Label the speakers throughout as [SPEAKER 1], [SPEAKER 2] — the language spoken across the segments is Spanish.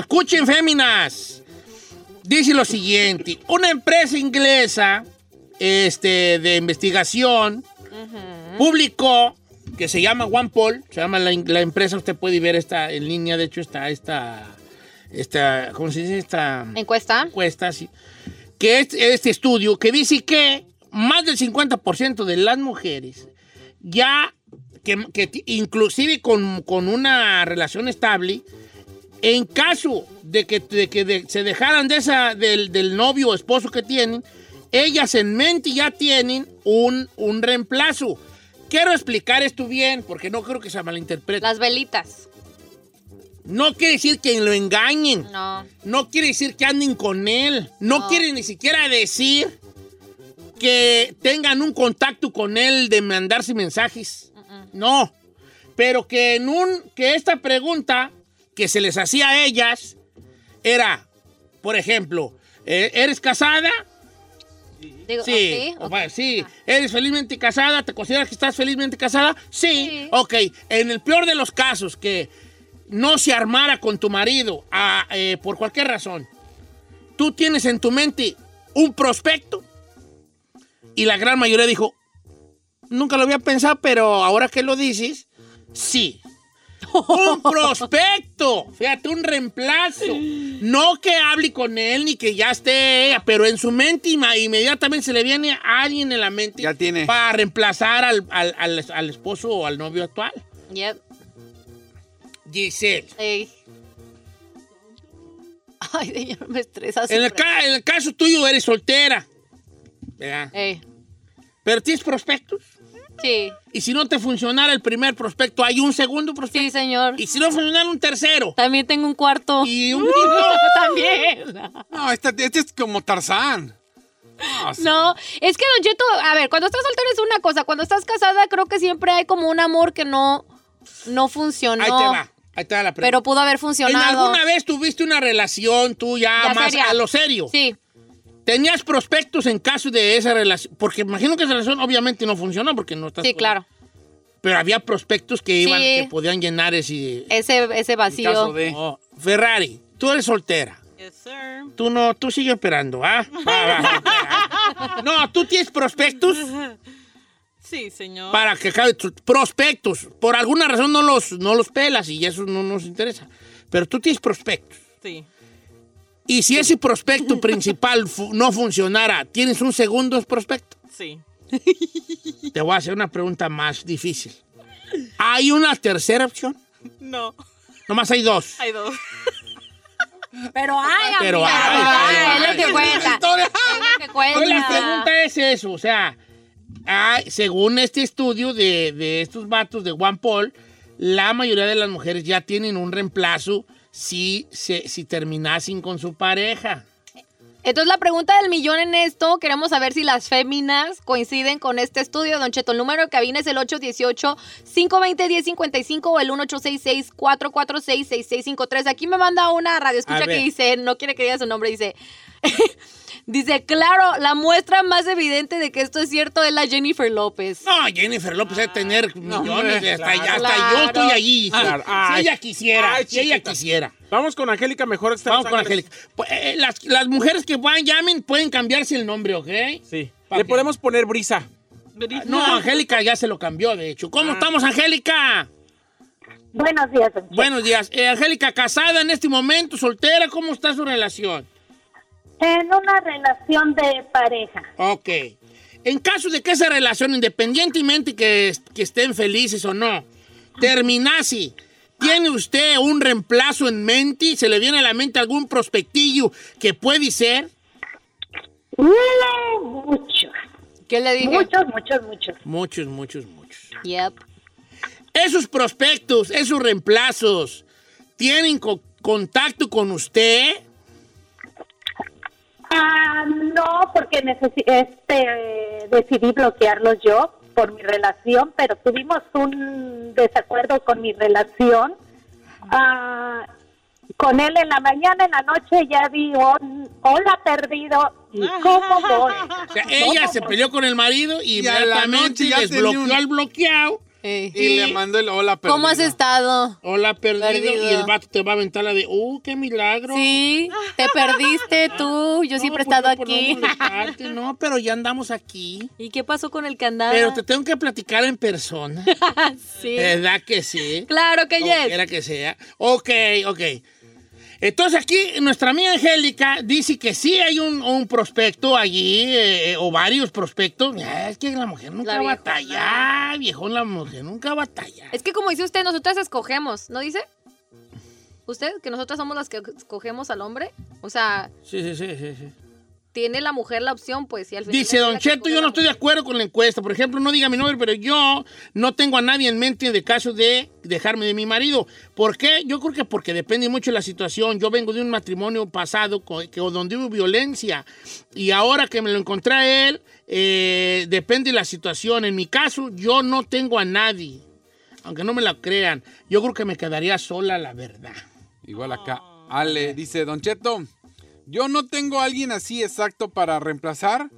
[SPEAKER 1] Escuchen, féminas. Dice lo siguiente: una empresa inglesa este, de investigación publicó que se llama OnePoll, se llama la, la empresa, usted puede ver esta en línea, de hecho, está esta, esta, ¿cómo se dice? Esta
[SPEAKER 2] ¿Encuesta?
[SPEAKER 1] encuesta, sí, que es este estudio que dice que más del 50% de las mujeres ya, que, que t- inclusive con, con una relación estable, en caso de que, de que de- se dejaran de esa, del, del novio o esposo que tienen, ellas en mente ya tienen un, un reemplazo. Quiero explicar esto bien, porque no creo que se malinterprete.
[SPEAKER 2] Las velitas.
[SPEAKER 1] No quiere decir que lo engañen.
[SPEAKER 2] No.
[SPEAKER 1] No quiere decir que anden con él. No,
[SPEAKER 2] No.
[SPEAKER 1] quiere ni siquiera decir que tengan un contacto con él de mandarse mensajes. No. Pero que en un que esta pregunta que se les hacía a ellas era, por ejemplo, eh, ¿eres casada?
[SPEAKER 2] Digo,
[SPEAKER 1] Sí,
[SPEAKER 2] ok,
[SPEAKER 1] o
[SPEAKER 2] ok.
[SPEAKER 1] va- sí. ¿Eres felizmente casada? ¿Te consideras que estás felizmente casada? Sí.
[SPEAKER 2] Sí.
[SPEAKER 1] Ok, en el peor de los casos, que no se armara con tu marido ah, eh, por cualquier razón, tú tienes en tu mente un prospecto y la gran mayoría dijo, nunca lo había pensado, pero ahora que lo dices, sí. Un prospecto, fíjate, un reemplazo. No que hable con él ni que ya esté ella, pero en su mente inma- inmediatamente se le viene a alguien en la mente
[SPEAKER 3] Ya tiene.
[SPEAKER 1] para reemplazar al, al- al- al esposo o al novio actual.
[SPEAKER 2] Yep.
[SPEAKER 1] Giselle.
[SPEAKER 2] Ey. Ay, señor, me estresa.
[SPEAKER 1] En el,
[SPEAKER 2] siempre.
[SPEAKER 1] ca- en el caso tuyo eres soltera, ¿verdad?
[SPEAKER 2] Ey,
[SPEAKER 1] pero tienes prospectos.
[SPEAKER 2] Sí,
[SPEAKER 1] Y si no te funcionara el primer prospecto, hay un segundo prospecto.
[SPEAKER 2] sí, señor.
[SPEAKER 1] Y si no funcionara un tercero.
[SPEAKER 2] También tengo un cuarto.
[SPEAKER 1] Y un quinto.
[SPEAKER 2] Uh, También.
[SPEAKER 3] No, esta- este, es como Tarzán. No, sí.
[SPEAKER 2] No, es que Don Cheto, a ver, cuando estás soltero es una cosa, cuando estás casada creo que siempre hay como un amor que no, no funcionó.
[SPEAKER 1] Ahí te va. Ahí te va la pregunta.
[SPEAKER 2] Pero pudo haber
[SPEAKER 1] ¿En
[SPEAKER 2] funcionado.
[SPEAKER 1] alguna vez tuviste una relación tú ya,
[SPEAKER 2] Ya
[SPEAKER 1] más
[SPEAKER 2] seria.
[SPEAKER 1] a lo serio?
[SPEAKER 2] Sí,
[SPEAKER 1] ¿Tenías prospectos en caso de esa relación? Porque imagino que esa relación obviamente no funcionó porque no estás...
[SPEAKER 2] sí,
[SPEAKER 1] con-
[SPEAKER 2] claro.
[SPEAKER 1] Pero había prospectos que iban,
[SPEAKER 2] Sí.
[SPEAKER 1] que podían llenar ese...
[SPEAKER 2] Ese, ese
[SPEAKER 3] En caso
[SPEAKER 2] vacío.
[SPEAKER 3] de.
[SPEAKER 1] Oh, Ferrari, tú eres soltera.
[SPEAKER 4] Yes, sir.
[SPEAKER 1] Tú no, tú sigue operando, ¿ah? Va, va, va. No, tú tienes prospectos
[SPEAKER 4] Sí, señor.
[SPEAKER 1] para que acabe tus prospectos. Por alguna razón no los, no los pelas y eso no nos interesa. Pero tú tienes prospectos.
[SPEAKER 4] Sí.
[SPEAKER 1] Y si ese prospecto principal fu- no funcionara, ¿tienes un segundo prospecto?
[SPEAKER 4] Sí.
[SPEAKER 1] Te voy a hacer una pregunta más difícil. ¿Hay una tercera opción?
[SPEAKER 4] No.
[SPEAKER 1] Nomás hay dos.
[SPEAKER 4] Hay dos.
[SPEAKER 2] Pero ay,
[SPEAKER 1] Pero
[SPEAKER 2] amiga,
[SPEAKER 1] hay, hay,
[SPEAKER 2] ay, es
[SPEAKER 1] hay.
[SPEAKER 2] lo que cuenta. Es lo que cuenta.
[SPEAKER 1] Entonces, la pregunta es eso, o sea, hay- según este estudio de, de estos vatos de Juan Paul, la mayoría de las mujeres ya tienen un reemplazo si, se, si terminasen con su pareja.
[SPEAKER 2] Entonces la pregunta del millón en esto, queremos saber si las féminas coinciden con este estudio. Don Cheto, el número de cabina es el 818-520-1055 o el 1866-446-6653. Aquí me manda una radio
[SPEAKER 1] A
[SPEAKER 2] escucha que
[SPEAKER 1] ver.
[SPEAKER 2] dice, no quiere que diga su nombre, dice... Dice, claro, la muestra más evidente de que esto es cierto es la Jennifer López.
[SPEAKER 1] No, Jennifer López debe tener millones,
[SPEAKER 5] Ah, hombre,
[SPEAKER 1] hasta, hasta
[SPEAKER 2] claro.
[SPEAKER 1] yo estoy allí. Si-
[SPEAKER 5] Claro.
[SPEAKER 1] Si
[SPEAKER 5] Ay.
[SPEAKER 1] ella quisiera,
[SPEAKER 5] Ay,
[SPEAKER 1] si ella
[SPEAKER 5] chiquita.
[SPEAKER 1] quisiera.
[SPEAKER 5] Vamos con Angélica, mejor está en
[SPEAKER 1] Vamos
[SPEAKER 5] Los
[SPEAKER 1] con
[SPEAKER 5] Ángeles.
[SPEAKER 1] Angélica. Pues, eh, las, las mujeres que van, llamen, pueden cambiarse el nombre, ¿ok?
[SPEAKER 5] Sí.
[SPEAKER 1] Pa'
[SPEAKER 5] Le
[SPEAKER 1] que-
[SPEAKER 5] podemos poner brisa.
[SPEAKER 1] No, Angélica ya se lo cambió, de hecho.
[SPEAKER 5] Ah.
[SPEAKER 1] ¿Cómo estamos, Angélica?
[SPEAKER 6] Buenos días, don Cheto.
[SPEAKER 1] Buenos días. Eh, Angélica, casada en este momento, soltera, ¿cómo está su relación?
[SPEAKER 6] En una relación de pareja.
[SPEAKER 1] Ok. En caso de que esa relación, independientemente que, est- que estén felices o no, terminase, ¿tiene usted un reemplazo en mente? ¿Se le viene a la mente algún prospectillo que puede ser?
[SPEAKER 6] Uh, Muchos,
[SPEAKER 2] ¿Qué le dije?
[SPEAKER 6] muchos, muchos, muchos.
[SPEAKER 1] Muchos, muchos, muchos.
[SPEAKER 2] Yep.
[SPEAKER 1] Esos prospectos, esos reemplazos, ¿tienen co- contacto con usted?
[SPEAKER 6] Ah, no, porque necesi- este, decidí bloquearlos yo por mi relación, pero tuvimos un desacuerdo con mi relación. Ah, con él en la mañana, en la noche ya vi on- hola perdido y
[SPEAKER 1] Ah,
[SPEAKER 6] cómo voy.
[SPEAKER 1] O sea, ella se peleó con el marido y
[SPEAKER 3] Y a la
[SPEAKER 1] inmediatamente
[SPEAKER 3] noche ya tenía
[SPEAKER 1] desbloqueó
[SPEAKER 3] un-
[SPEAKER 1] al bloqueado
[SPEAKER 2] Ey.
[SPEAKER 3] Y le mandó el hola, pero.
[SPEAKER 2] Eh, ¿Cómo has estado?
[SPEAKER 1] Hola, perdido.
[SPEAKER 2] Perdido.
[SPEAKER 1] Y el vato te va a aventar la de, ¡uh, qué milagro!
[SPEAKER 2] Sí, te perdiste tú. Yo
[SPEAKER 1] No,
[SPEAKER 2] siempre he
[SPEAKER 1] pues
[SPEAKER 2] estado
[SPEAKER 1] no, por no
[SPEAKER 2] aquí.
[SPEAKER 1] molestarte, no, pero ya andamos aquí.
[SPEAKER 2] ¿Y qué pasó con el candado?
[SPEAKER 1] Pero te tengo que platicar en persona.
[SPEAKER 2] Sí.
[SPEAKER 1] ¿Verdad que sí?
[SPEAKER 2] Claro que
[SPEAKER 1] Como
[SPEAKER 2] yes.
[SPEAKER 1] quiera que sea. Ok, ok. Entonces aquí nuestra amiga Angélica dice que sí hay un, un prospecto allí, eh, eh, o varios prospectos. Ah, Es que la mujer nunca
[SPEAKER 2] La viejona.
[SPEAKER 1] batalla, viejón, la mujer nunca batalla.
[SPEAKER 2] Es que como dice usted, nosotras escogemos, ¿no dice? ¿Usted? Que nosotras somos las que escogemos al hombre. O sea,
[SPEAKER 1] Sí, sí, sí, sí. sí.
[SPEAKER 2] tiene la mujer la opción, pues. Y al final
[SPEAKER 1] Dice
[SPEAKER 2] es la
[SPEAKER 1] Don
[SPEAKER 2] que
[SPEAKER 1] Cheto,
[SPEAKER 2] escoge
[SPEAKER 1] yo
[SPEAKER 2] la
[SPEAKER 1] no estoy de
[SPEAKER 2] mujer.
[SPEAKER 1] acuerdo con la encuesta. Por ejemplo, no diga mi nombre, pero yo no tengo a nadie en mente de caso de dejarme de mi marido. ¿Por qué? Yo creo que porque depende mucho de la situación. Yo vengo de un matrimonio pasado co- que, donde hubo violencia y ahora que me lo encontré a él, eh, depende de la situación. En mi caso, yo no tengo a nadie. Aunque no me la crean, yo creo que me quedaría sola, la verdad.
[SPEAKER 3] Igual acá. Ale dice, Don Cheto, yo no tengo a alguien así exacto para reemplazar,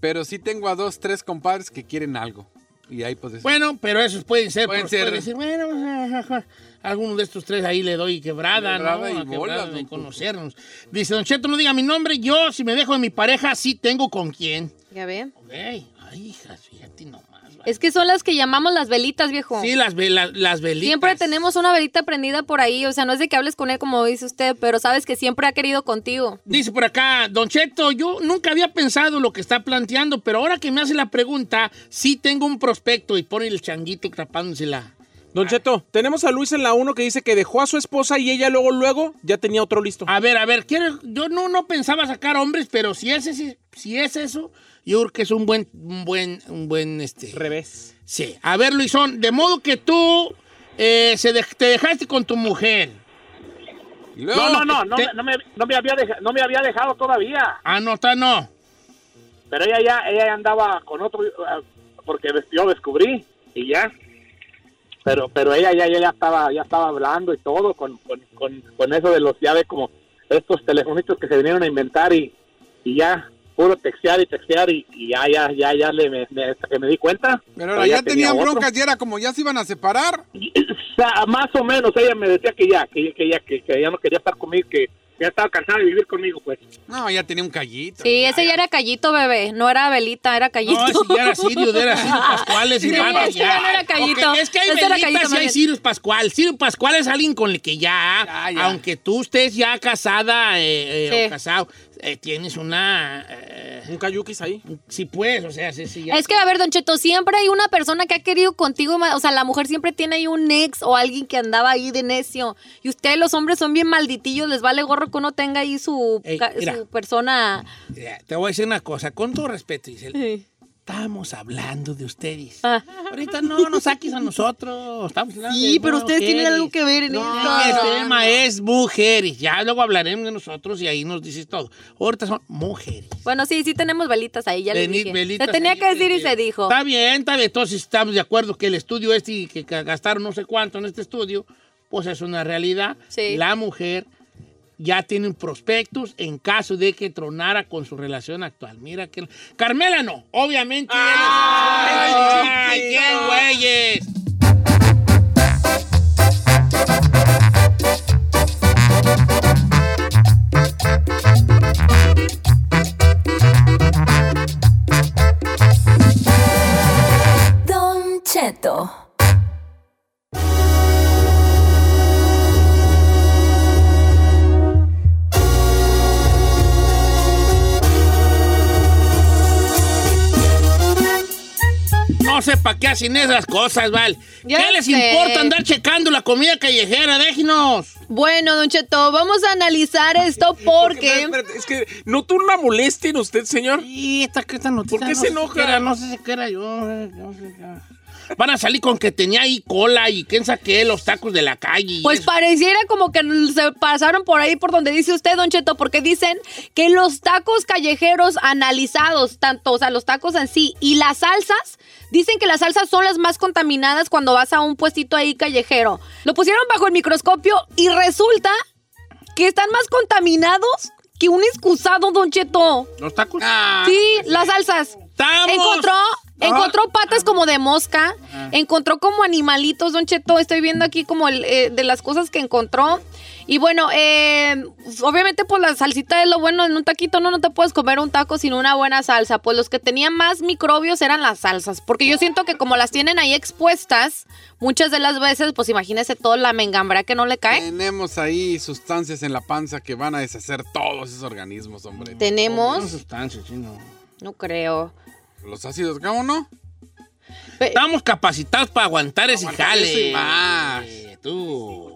[SPEAKER 3] pero sí tengo a dos, tres compadres que quieren algo. Y ahí pues...
[SPEAKER 1] Bueno, pero esos pueden ser.
[SPEAKER 3] Pueden
[SPEAKER 1] pues,
[SPEAKER 3] ser.
[SPEAKER 1] pueden decir, bueno, ajá, ajá, alguno de estos tres ahí le doy quebrada,
[SPEAKER 3] Quebrada
[SPEAKER 1] ¿no?
[SPEAKER 3] y
[SPEAKER 1] A quebrada
[SPEAKER 3] bolas,
[SPEAKER 1] de
[SPEAKER 3] don
[SPEAKER 1] conocernos. Dice, Don Cheto, no diga mi nombre. Yo, si me dejo de mi pareja, sí tengo con quién.
[SPEAKER 2] Ya ve.
[SPEAKER 1] Ok. Ay, hijas, fíjate nomás.
[SPEAKER 2] Es que son las que llamamos las velitas, viejo.
[SPEAKER 1] Sí, las, ve- la- las velitas.
[SPEAKER 2] Siempre tenemos una velita prendida por ahí, o sea, no es de que hables con él como dice usted, pero sabes que siempre ha querido contigo.
[SPEAKER 1] Dice por acá, Don Cheto, yo nunca había pensado lo que está planteando, pero ahora que me hace la pregunta, sí tengo un prospecto y pone el changuito tapándosela.
[SPEAKER 5] Don Cheto, tenemos a Luis en la 1 que dice que dejó a su esposa y ella luego, luego ya tenía otro listo.
[SPEAKER 1] A ver, a ver, quiero- yo no, no pensaba sacar hombres, pero si es, ese- si es eso, yo creo que es un buen, un buen, un buen, este...
[SPEAKER 5] Revés.
[SPEAKER 1] Sí, a ver, Luisón, de modo que tú eh, se dej- te dejaste con tu mujer.
[SPEAKER 3] y luego-
[SPEAKER 7] No, no, no, no,
[SPEAKER 1] te-
[SPEAKER 7] me- no, me, no, me había deja- no me había dejado todavía.
[SPEAKER 1] Ah, no, está, no.
[SPEAKER 7] Pero ella ya ella ya andaba con otro, ah, porque des- yo descubrí y ya. Pero pero ella ya, ya, ya estaba ya estaba hablando y todo con, con, con, con eso de los llaves, como estos telefonitos que se vinieron a inventar y, y ya, puro textear y textear y, y ya, ya, ya, ya le, me, me- hasta que me di cuenta.
[SPEAKER 3] Pero ahora ya, tenían
[SPEAKER 7] otro.
[SPEAKER 3] broncas y era como ya se iban a separar.
[SPEAKER 7] Y, o sea, más o menos ella me decía que ya, que, que ya, que, que ya no quería estar conmigo, que ya estaba cansada de vivir conmigo, pues.
[SPEAKER 3] No, ya tenía un callito.
[SPEAKER 2] Sí, ese ya era callito, bebé, no era velita, era callito.
[SPEAKER 1] No, ese ya era Sirio, era Sirio Pascual, ese
[SPEAKER 2] Sí,
[SPEAKER 1] vato,
[SPEAKER 2] ese ya no era Callito.
[SPEAKER 1] Ok, es que hay
[SPEAKER 2] Ese era Callito,
[SPEAKER 1] velitas y
[SPEAKER 2] más
[SPEAKER 1] hay
[SPEAKER 2] bien.
[SPEAKER 1] Sirio Pascual. Sirio Pascual es alguien con el que ya,
[SPEAKER 3] Ya, ya.
[SPEAKER 1] aunque tú estés ya casada eh, eh,
[SPEAKER 2] Sí.
[SPEAKER 1] o casado, eh, tienes una... eh,
[SPEAKER 5] Un cayuquis ahí.
[SPEAKER 1] sí, pues, o sea, sí, sí. ya-
[SPEAKER 2] Es que, a ver, Don Cheto, siempre hay una persona que ha querido contigo, ma- o sea, la mujer siempre tiene ahí un ex o alguien que andaba ahí de necio. Y ustedes, los hombres, son bien malditillos, les vale gorro que uno tenga ahí su,
[SPEAKER 1] Ey,
[SPEAKER 2] ca-
[SPEAKER 1] mira.
[SPEAKER 2] su persona.
[SPEAKER 1] Mira, Te voy a decir una cosa, con todo respeto, Giselle.
[SPEAKER 2] Sí.
[SPEAKER 1] Estamos hablando de ustedes.
[SPEAKER 2] Ah.
[SPEAKER 1] Ahorita no nos saques a nosotros. Estamos hablando
[SPEAKER 2] Sí,
[SPEAKER 1] de
[SPEAKER 2] pero ustedes tienen
[SPEAKER 1] mujeres.
[SPEAKER 2] algo que ver en
[SPEAKER 1] No,
[SPEAKER 2] esto.
[SPEAKER 1] El tema es mujeres. Ya luego hablaremos de nosotros y ahí nos dices todo. Ahorita son mujeres.
[SPEAKER 2] Bueno, sí, sí tenemos velitas ahí, ya le
[SPEAKER 1] Veni-
[SPEAKER 2] dije.
[SPEAKER 1] velitas
[SPEAKER 2] se tenía
[SPEAKER 1] ahí,
[SPEAKER 2] que decir y
[SPEAKER 1] velitas.
[SPEAKER 2] se dijo.
[SPEAKER 1] Está bien, está bien. Entonces estamos de acuerdo que el estudio este y que ca- gastaron no sé cuánto en este estudio, pues es una realidad.
[SPEAKER 2] Sí.
[SPEAKER 1] La mujer ya tiene un prospectos en caso de que tronara con su relación actual. Mira que... Carmela no, obviamente. ¡Ay, ay, qué güeyes!
[SPEAKER 8] Don Cheto.
[SPEAKER 1] No sé para qué hacen esas cosas, Val.
[SPEAKER 2] Ya
[SPEAKER 1] ¿Qué les
[SPEAKER 2] sé.
[SPEAKER 1] importa andar checando la comida callejera? Déjenos.
[SPEAKER 2] Bueno, Don Cheto, vamos a analizar esto porque...
[SPEAKER 5] Espérate, es que no tú la molesten usted, señor.
[SPEAKER 1] Sí, esta, esta noticia.
[SPEAKER 5] ¿Por qué
[SPEAKER 1] no
[SPEAKER 5] se
[SPEAKER 1] sé
[SPEAKER 5] enoja?
[SPEAKER 1] qué era, no sé si qué era yo. no sé qué era. Van a salir con que tenía ahí cola y quién saqué los tacos de la calle. y
[SPEAKER 2] Pues
[SPEAKER 1] eso.
[SPEAKER 2] pareciera como que se pasaron por ahí por donde dice usted, Don Cheto, porque dicen que los tacos callejeros analizados, tanto, o sea, los tacos en sí y las salsas, dicen que las salsas son las más contaminadas cuando vas a un puestito ahí callejero. Lo pusieron bajo el microscopio y resulta que están más contaminados que un excusado, Don Cheto. Ah.
[SPEAKER 1] ¿Los tacos?
[SPEAKER 2] Sí, las salsas.
[SPEAKER 1] ¡Estamos!
[SPEAKER 2] Encontró Encontró patas como de mosca, encontró como animalitos, Don Cheto. Estoy viendo aquí como el, eh, de las cosas que encontró. Y bueno, eh, obviamente pues la salsita es lo bueno en un taquito, no, no te puedes comer un taco sin una buena salsa. Pues los que tenían más microbios eran las salsas, porque yo siento que como las tienen ahí expuestas, muchas de las veces, pues imagínese toda la mengambra que no le cae.
[SPEAKER 3] Tenemos ahí sustancias en la panza que van a deshacer todos esos organismos, hombre.
[SPEAKER 2] Tenemos,
[SPEAKER 1] Sustancia, chino.
[SPEAKER 2] no creo.
[SPEAKER 3] Los ácidos, ¿cómo no?
[SPEAKER 2] Pe-
[SPEAKER 1] Estamos capacitados para aguantar ese
[SPEAKER 3] Aguantar eso
[SPEAKER 1] jale.
[SPEAKER 3] y más.
[SPEAKER 1] Eh, Tú.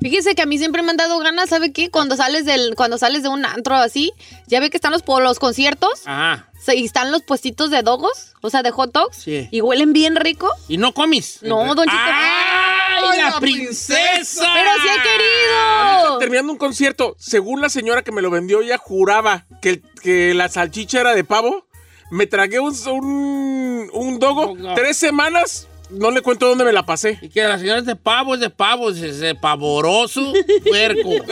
[SPEAKER 2] Fíjese que a mí siempre me han dado ganas, ¿sabe qué? Cuando sales del, cuando sales de un antro así, ya ve que están los, por los conciertos
[SPEAKER 1] Ajá.
[SPEAKER 2] se- y están los puestitos de dogos, o sea, de hot dogs,
[SPEAKER 1] Sí.
[SPEAKER 2] y huelen bien rico.
[SPEAKER 1] ¿Y no comis?
[SPEAKER 2] No, don Chito.
[SPEAKER 1] ¡Ay, la princesa!
[SPEAKER 2] pues, Pero sí he querido.
[SPEAKER 5] Terminando un concierto, según la señora que me lo vendió, ella juraba que, el- que la salchicha era de pavo. Me tragué un, un, un dogo,
[SPEAKER 1] Dogo.
[SPEAKER 5] tres semanas, no le cuento dónde me la pasé.
[SPEAKER 1] Y que la señora es de pavo, es de pavo, es de pavoroso puerco. un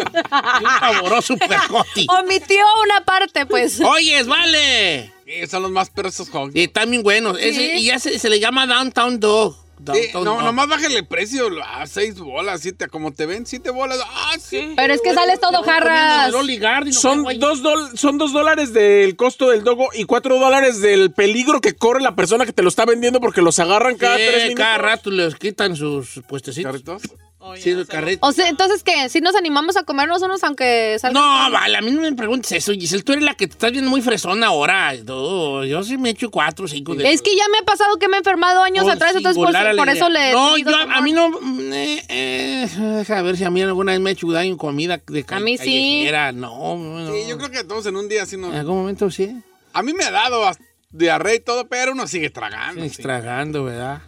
[SPEAKER 1] pavoroso puercoti.
[SPEAKER 2] Omitió una parte, pues.
[SPEAKER 1] Oyes, vale.
[SPEAKER 3] Eh, son los más perros hot
[SPEAKER 1] Y están bien buenos. Ese- y ya se, se le llama Downtown Dog.
[SPEAKER 3] Eh,
[SPEAKER 1] Downtown
[SPEAKER 3] no,
[SPEAKER 1] Dog.
[SPEAKER 3] nomás bájale el precio a seis bolas, siete, como te ven, siete bolas. Ah, sí.
[SPEAKER 2] Pero es que sales todo jarras.
[SPEAKER 1] Loli Garden, no
[SPEAKER 5] Son
[SPEAKER 1] güey.
[SPEAKER 5] dos, dol- son dos dólares del costo del dogo y cuatro dólares del peligro que corre la persona que te lo está vendiendo porque los agarran cada
[SPEAKER 1] Sí,
[SPEAKER 5] tres minutos.
[SPEAKER 1] cada rato les quitan sus puestecitos.
[SPEAKER 3] Carritos.
[SPEAKER 4] Oh,
[SPEAKER 1] Sí,
[SPEAKER 4] ya,
[SPEAKER 1] los
[SPEAKER 4] se
[SPEAKER 1] carritos.
[SPEAKER 2] O sea, entonces, ¿qué? ¿Si nos animamos a comernos unos aunque salgan?
[SPEAKER 1] No, vale, a mí no me preguntes eso, Giselle. Tú eres la que te estás viendo muy fresona ahora. No, yo sí me echo cuatro, cinco de
[SPEAKER 2] Es que ya me ha pasado que me he enfermado años
[SPEAKER 1] Con
[SPEAKER 2] atrás, entonces por,
[SPEAKER 1] singular
[SPEAKER 2] por
[SPEAKER 1] alegría.
[SPEAKER 2] eso le...
[SPEAKER 1] No,
[SPEAKER 2] he tenido
[SPEAKER 1] yo a- a
[SPEAKER 2] temor.
[SPEAKER 1] mí no. mm, eh, eh, deja ver si a mí alguna vez me he hecho daño en comida de ca-
[SPEAKER 2] A mí sí.
[SPEAKER 1] callejera. No, no.
[SPEAKER 3] Sí, yo creo que todos en un día, así no.
[SPEAKER 1] En
[SPEAKER 5] Eh.
[SPEAKER 1] algún momento sí.
[SPEAKER 3] A mí me ha dado hasta diarrea y todo, pero uno sigue tragando.
[SPEAKER 1] Estoy
[SPEAKER 3] sí.
[SPEAKER 1] Tragando, ¿verdad?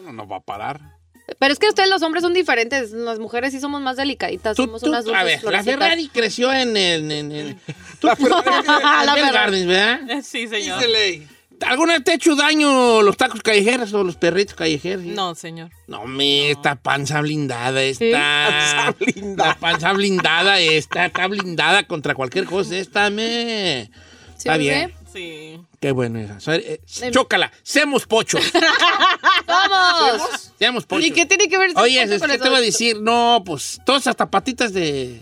[SPEAKER 3] Uno no va a parar.
[SPEAKER 2] Pero es que ustedes los hombres son diferentes, las mujeres sí somos más delicaditas,
[SPEAKER 1] Tú,
[SPEAKER 2] Pues somos
[SPEAKER 1] tú,
[SPEAKER 2] unas dulces
[SPEAKER 1] a ver, la
[SPEAKER 2] florecitas.
[SPEAKER 1] Ferrari creció en. en, en, en- tú, la
[SPEAKER 2] Ferrari.
[SPEAKER 1] ¿verdad?
[SPEAKER 4] acabó. Sí, señor.
[SPEAKER 3] Dísele.
[SPEAKER 1] ¿Alguna vez te ha hecho daño los tacos callejeros o los perritos callejeros?
[SPEAKER 4] No, señor.
[SPEAKER 1] No, me, esta panza blindada esta.
[SPEAKER 5] Panza blindada.
[SPEAKER 1] La panza blindada esta, está blindada contra cualquier cosa esta, me.
[SPEAKER 2] ¿Sí
[SPEAKER 1] Está
[SPEAKER 2] lo
[SPEAKER 1] bien.
[SPEAKER 2] sé?
[SPEAKER 4] Sí.
[SPEAKER 1] Qué bueno esa. Soy- eh, chócala, seamos pochos.
[SPEAKER 2] ¡Vamos!
[SPEAKER 1] seamos pochos.
[SPEAKER 2] ¿Y qué tiene que ver ese
[SPEAKER 1] Oye,
[SPEAKER 2] punto
[SPEAKER 1] es
[SPEAKER 2] con
[SPEAKER 1] que
[SPEAKER 2] eso?
[SPEAKER 1] te va a decir, no, pues, todas hasta patitas de.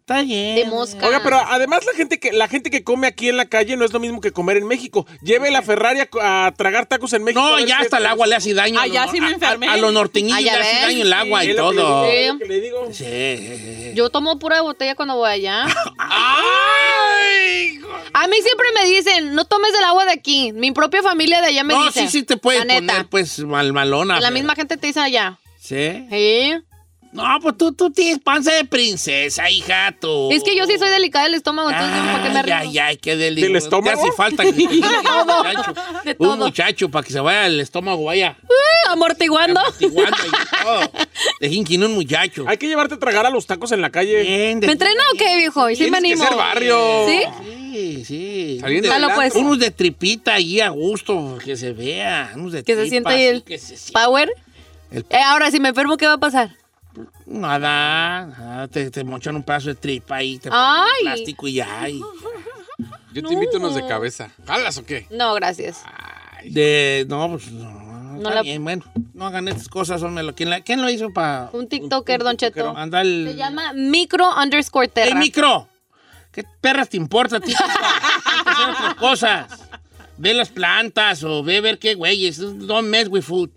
[SPEAKER 1] Está bien.
[SPEAKER 2] De mosca.
[SPEAKER 1] Ah.
[SPEAKER 5] Oiga, pero además la gente que la gente que come aquí en la calle no es lo mismo que comer en México. Lleve la Ferrari a, co- a tragar tacos en México. a
[SPEAKER 1] No,
[SPEAKER 5] ver
[SPEAKER 1] ya
[SPEAKER 5] qué-
[SPEAKER 1] hasta el agua le hace daño.
[SPEAKER 2] Ah,
[SPEAKER 1] a
[SPEAKER 4] Allá
[SPEAKER 1] los-
[SPEAKER 4] sí me
[SPEAKER 1] a-
[SPEAKER 4] enfermé.
[SPEAKER 1] A, a los norteñillos
[SPEAKER 2] Allá
[SPEAKER 1] le hace
[SPEAKER 2] Ah, ves.
[SPEAKER 1] daño el agua y
[SPEAKER 5] Es lo que
[SPEAKER 1] todo.
[SPEAKER 5] le
[SPEAKER 1] Sí,
[SPEAKER 5] digo, es lo que le digo.
[SPEAKER 1] sí, sí.
[SPEAKER 2] Yo tomo pura botella cuando voy allá.
[SPEAKER 1] ¡Ay!
[SPEAKER 2] A mí siempre me dicen, no tomes el agua de aquí. Mi propia familia de allá me
[SPEAKER 1] No,
[SPEAKER 2] dice.
[SPEAKER 1] sí, sí te puedes
[SPEAKER 2] La neta.
[SPEAKER 1] poner, pues, mal, malona.
[SPEAKER 2] La
[SPEAKER 1] pero-
[SPEAKER 2] misma gente te dice allá.
[SPEAKER 1] Sí.
[SPEAKER 2] Sí.
[SPEAKER 1] No, pues tú, tú tienes panza de princesa, hija, tú.
[SPEAKER 2] Es que yo sí soy delicada del estómago, entonces yo, ¿para qué me
[SPEAKER 1] Oh. Ay,
[SPEAKER 2] río?
[SPEAKER 1] ay, ay, qué delicioso.
[SPEAKER 5] ¿Del estómago?
[SPEAKER 1] Te hace falta que te- un muchacho,
[SPEAKER 2] De todo.
[SPEAKER 1] un muchacho para que se vaya el estómago, vaya
[SPEAKER 2] Eh, Amortiguando.
[SPEAKER 1] amortiguando y todo. Dejen que no un muchacho.
[SPEAKER 5] Hay que llevarte a tragar a los tacos en la calle.
[SPEAKER 1] Bien, de-
[SPEAKER 2] ¿Me entrena o qué, viejo? Y sí me
[SPEAKER 3] Tienes que
[SPEAKER 2] animo.
[SPEAKER 3] ser barrio.
[SPEAKER 2] ¿Sí?
[SPEAKER 1] Sí, sí.
[SPEAKER 3] Saliendo
[SPEAKER 2] Dalo,
[SPEAKER 3] del
[SPEAKER 2] pues.
[SPEAKER 3] antro.
[SPEAKER 1] Unos de tripita ahí a gusto, que se vea. Unos de
[SPEAKER 2] Que se
[SPEAKER 1] tripa,
[SPEAKER 2] sienta ahí
[SPEAKER 1] así
[SPEAKER 2] el
[SPEAKER 1] que se sienta.
[SPEAKER 2] power.
[SPEAKER 1] El-
[SPEAKER 2] Eh, ahora, si me enfermo, ¿qué va a pasar?
[SPEAKER 1] Nada, nada, te, te mochan un pedazo de tripa ahí, te
[SPEAKER 2] Ay.
[SPEAKER 1] ponen plástico y ya. y-
[SPEAKER 5] pues.
[SPEAKER 3] Yo te invito unos de cabeza. ¿Jalas o qué?
[SPEAKER 2] No, gracias.
[SPEAKER 5] Ah,
[SPEAKER 1] de, no, pues no. está
[SPEAKER 2] la-
[SPEAKER 1] bien, bueno, no hagan estas cosas, hombre. lo- ¿Quién, la- quién lo hizo para
[SPEAKER 2] Un tiktoker, Don Cheto.
[SPEAKER 1] andar el.
[SPEAKER 2] Se llama micro underscore
[SPEAKER 1] ¡Ey,
[SPEAKER 2] terra.
[SPEAKER 1] micro! ¿Qué perras te importa a ti? Hay que hacer otras cosas. Ve las plantas o ve ver qué güeyes. Don't mess with food.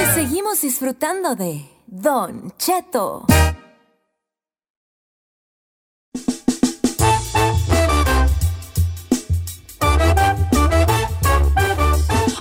[SPEAKER 8] Y seguimos disfrutando de Don Cheto.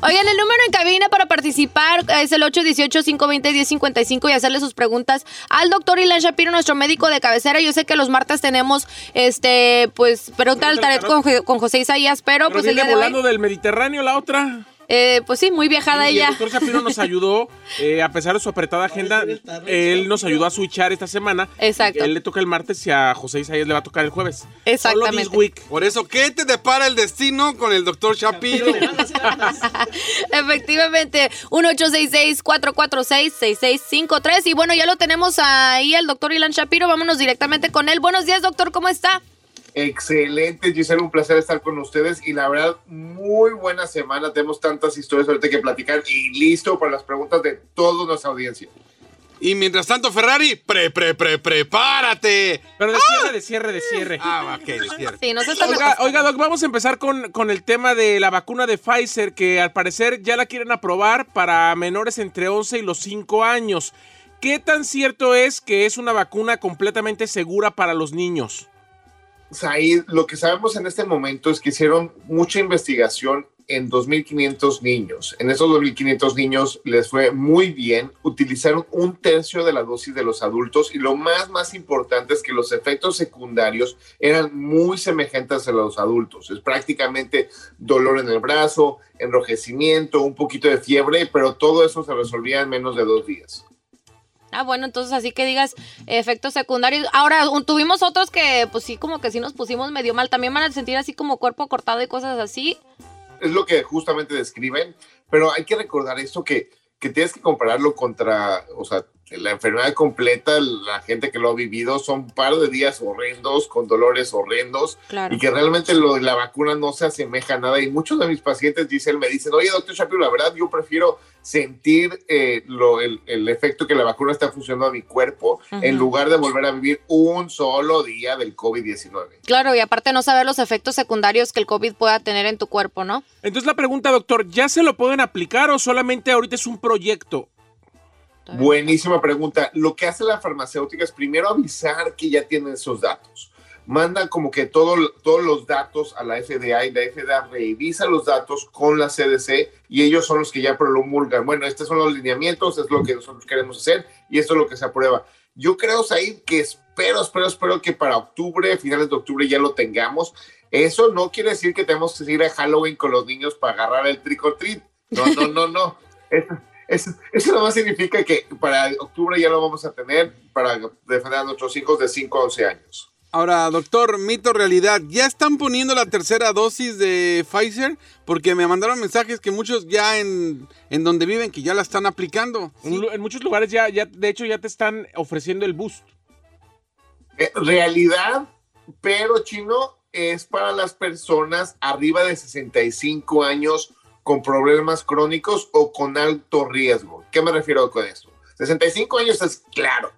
[SPEAKER 2] Oigan, el número en cabina para participar es el 818-520-1055 y hacerle sus preguntas al doctor Ilan Shapiro, nuestro médico de cabecera. Yo sé que los martes tenemos, este, pues, pregunta al
[SPEAKER 5] Pregunta al
[SPEAKER 2] tarot con, Jo- con José Isaías, pero,
[SPEAKER 5] Pero
[SPEAKER 2] pues el
[SPEAKER 5] viene
[SPEAKER 2] día de hoy...
[SPEAKER 5] volando del Mediterráneo la otra.
[SPEAKER 2] Eh, pues sí, muy viajada
[SPEAKER 5] Y el
[SPEAKER 2] ella.
[SPEAKER 5] doctor Shapiro nos ayudó, eh, a pesar de su apretada agenda, él nos ayudó a switchar esta semana.
[SPEAKER 2] Exacto.
[SPEAKER 5] Él le toca el martes y a José Isaías le va a tocar el jueves. Solo
[SPEAKER 2] Exactamente.
[SPEAKER 5] this week.
[SPEAKER 9] Por eso, ¿qué te depara el destino con el doctor Shapiro?
[SPEAKER 2] Efectivamente, 1-866-446-6653. Y bueno, ya lo tenemos ahí, el doctor Ilan Shapiro. Vámonos directamente con él. Buenos días, doctor, ¿cómo está?
[SPEAKER 10] Excelente, Giselle, un placer estar con ustedes y la verdad, muy buena semana. Tenemos tantas historias ahorita que platicar y listo para las preguntas de toda nuestra audiencia.
[SPEAKER 9] Y mientras tanto, Ferrari, pre, pre, pre, prepárate.
[SPEAKER 5] Pero de cierre, de cierre, de cierre.
[SPEAKER 9] Ah, ok, es cierto.
[SPEAKER 2] Sí, no se está
[SPEAKER 5] Oiga, oiga, Doc, vamos a empezar con, con el tema de la vacuna de Pfizer, que al parecer ya la quieren aprobar para menores entre 11 y los 5 años. ¿Qué tan cierto es que es una vacuna completamente segura para los niños?
[SPEAKER 10] Said, lo que sabemos en este momento es que hicieron mucha investigación en 2.500 niños. En esos 2.500 niños les fue muy bien, utilizaron un tercio de la dosis de los adultos y lo más, más importante es que los efectos secundarios eran muy semejantes a los adultos. Es prácticamente dolor en el brazo, enrojecimiento, un poquito de fiebre, pero todo eso se resolvía en menos de dos días.
[SPEAKER 2] Ah, bueno, entonces así que digas efectos secundarios. Ahora, un- tuvimos otros que, pues sí, como que sí nos pusimos medio mal. También van a sentir así como cuerpo cortado y cosas así.
[SPEAKER 10] es lo que justamente describen, pero hay que recordar esto que, que tienes que compararlo contra, o sea, la enfermedad completa, la gente que lo ha vivido, son un par de días horrendos, con dolores horrendos,
[SPEAKER 2] Claro.
[SPEAKER 10] y que realmente lo de la vacuna no se asemeja a nada. Y muchos de mis pacientes dicen, me dicen, oye, doctor Shapiro, la verdad, yo prefiero sentir eh, lo- el, el efecto que la vacuna está funcionando a mi cuerpo en lugar de volver a vivir un solo día del COVID-19.
[SPEAKER 2] Claro, y aparte no saber los efectos secundarios que el COVID pueda tener en tu cuerpo, ¿no?
[SPEAKER 5] Entonces la pregunta, doctor, ¿ya se lo pueden aplicar o solamente ahorita es un proyecto?
[SPEAKER 2] Todavía.
[SPEAKER 10] Buenísima pregunta. Lo que hace la farmacéutica es primero avisar que ya tienen esos datos. Mandan como que todo, todos los datos a la FDA y la FDA revisa los datos con la CDC y ellos son los que ya promulgan. Bueno, estos son los lineamientos, es lo que nosotros queremos hacer y esto es lo que se aprueba. Yo creo, Said, que espero, espero, espero que para octubre, finales de octubre ya lo tengamos. Eso no quiere decir que tenemos que ir a Halloween con los niños para agarrar el trick or treat. No, no, no, no. Eso- eso, eso nada más significa que para octubre ya lo vamos a tener para defender a nuestros hijos de 5 a 11 años.
[SPEAKER 9] Ahora, doctor, mito realidad, ¿ya están poniendo la tercera dosis de Pfizer? Porque me mandaron mensajes que muchos ya en, en donde viven que ya la están aplicando.
[SPEAKER 5] En lu- En muchos lugares ya, ya, de hecho, ya te están ofreciendo el boost.
[SPEAKER 10] Eh, realidad, pero chino es para las personas arriba de 65 años con problemas crónicos o con alto riesgo. ¿Qué me refiero con esto? 65 años es claro.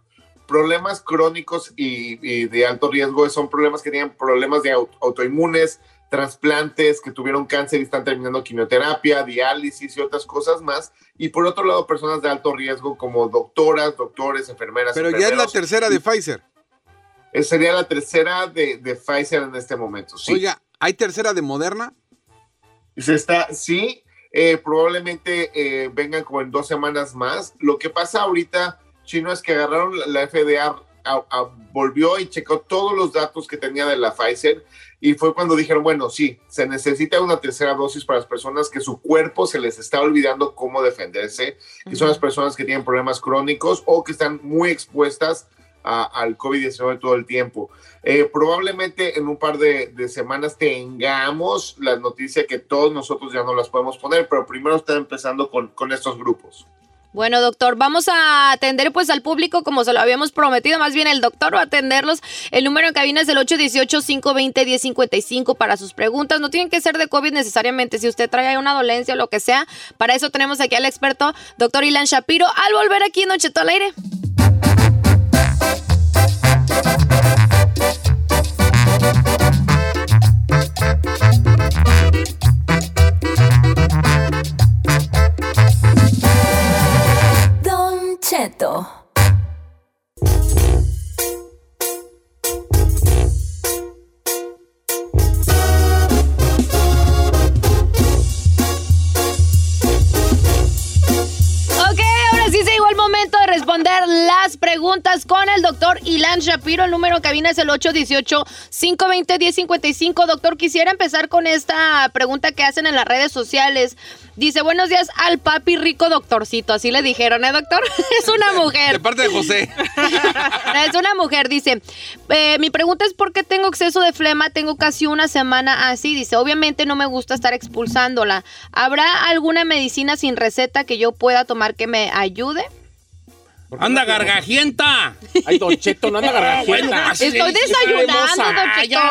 [SPEAKER 10] Problemas crónicos y, y de alto riesgo son problemas que tienen problemas de au- autoinmunes, trasplantes, que tuvieron cáncer y están terminando quimioterapia, diálisis y otras cosas más. Y por otro lado, personas de alto riesgo como doctoras, doctores, enfermeras.
[SPEAKER 9] Pero ya es la
[SPEAKER 10] enfermeros.
[SPEAKER 9] tercera de Pfizer.
[SPEAKER 10] Eh, Sería la tercera de, de Pfizer en este momento. Sí,
[SPEAKER 9] Oiga, ¿hay tercera de Moderna?
[SPEAKER 10] se está, sí eh, probablemente eh, vengan como en dos semanas más. Lo que pasa ahorita, Chino, es que agarraron la- la FDA, a- a- volvió y checó todos los datos que tenía de la Pfizer y fue cuando dijeron, bueno, sí, se necesita una tercera dosis para las personas que su cuerpo se les está olvidando cómo defenderse, que son las personas que tienen problemas crónicos o que están muy expuestas a- al COVID-19 todo el tiempo. Eh, probablemente en un par de, de semanas tengamos la noticia que todos nosotros ya no las podemos poner, pero primero están empezando con, con estos grupos.
[SPEAKER 2] Bueno, doctor, vamos a atender pues al público como se lo habíamos prometido, más bien el doctor va a atenderlos. El número en cabina es el 818-520-1055 para sus preguntas. No tienen que ser de COVID necesariamente, si usted trae una dolencia o lo que sea. Para eso tenemos aquí al experto, doctor Ilan Shapiro, al volver aquí en Nocheto al aire.
[SPEAKER 8] Don Cheto.
[SPEAKER 2] Ok, ahora sí llegó el momento de responder doctor Ilan Shapiro. El número en cabina es el 818-520-1055. Doctor, quisiera empezar con esta pregunta que hacen en las redes sociales. Dice, buenos días al papi rico doctorcito. Así le dijeron, ¿eh, doctor? es una mujer.
[SPEAKER 9] De parte de José.
[SPEAKER 2] Es una mujer, dice. eh, mi pregunta es por qué tengo exceso de flema. Tengo casi una semana así. Dice, obviamente no me gusta estar expulsándola. ¿Habrá alguna medicina sin receta que yo pueda tomar que me ayude?
[SPEAKER 1] ¡Anda gargajienta!
[SPEAKER 5] Ay, Don Cheto, no anda gargajienta.
[SPEAKER 2] Estoy desayunando, Don
[SPEAKER 1] Ah,
[SPEAKER 2] Cheto.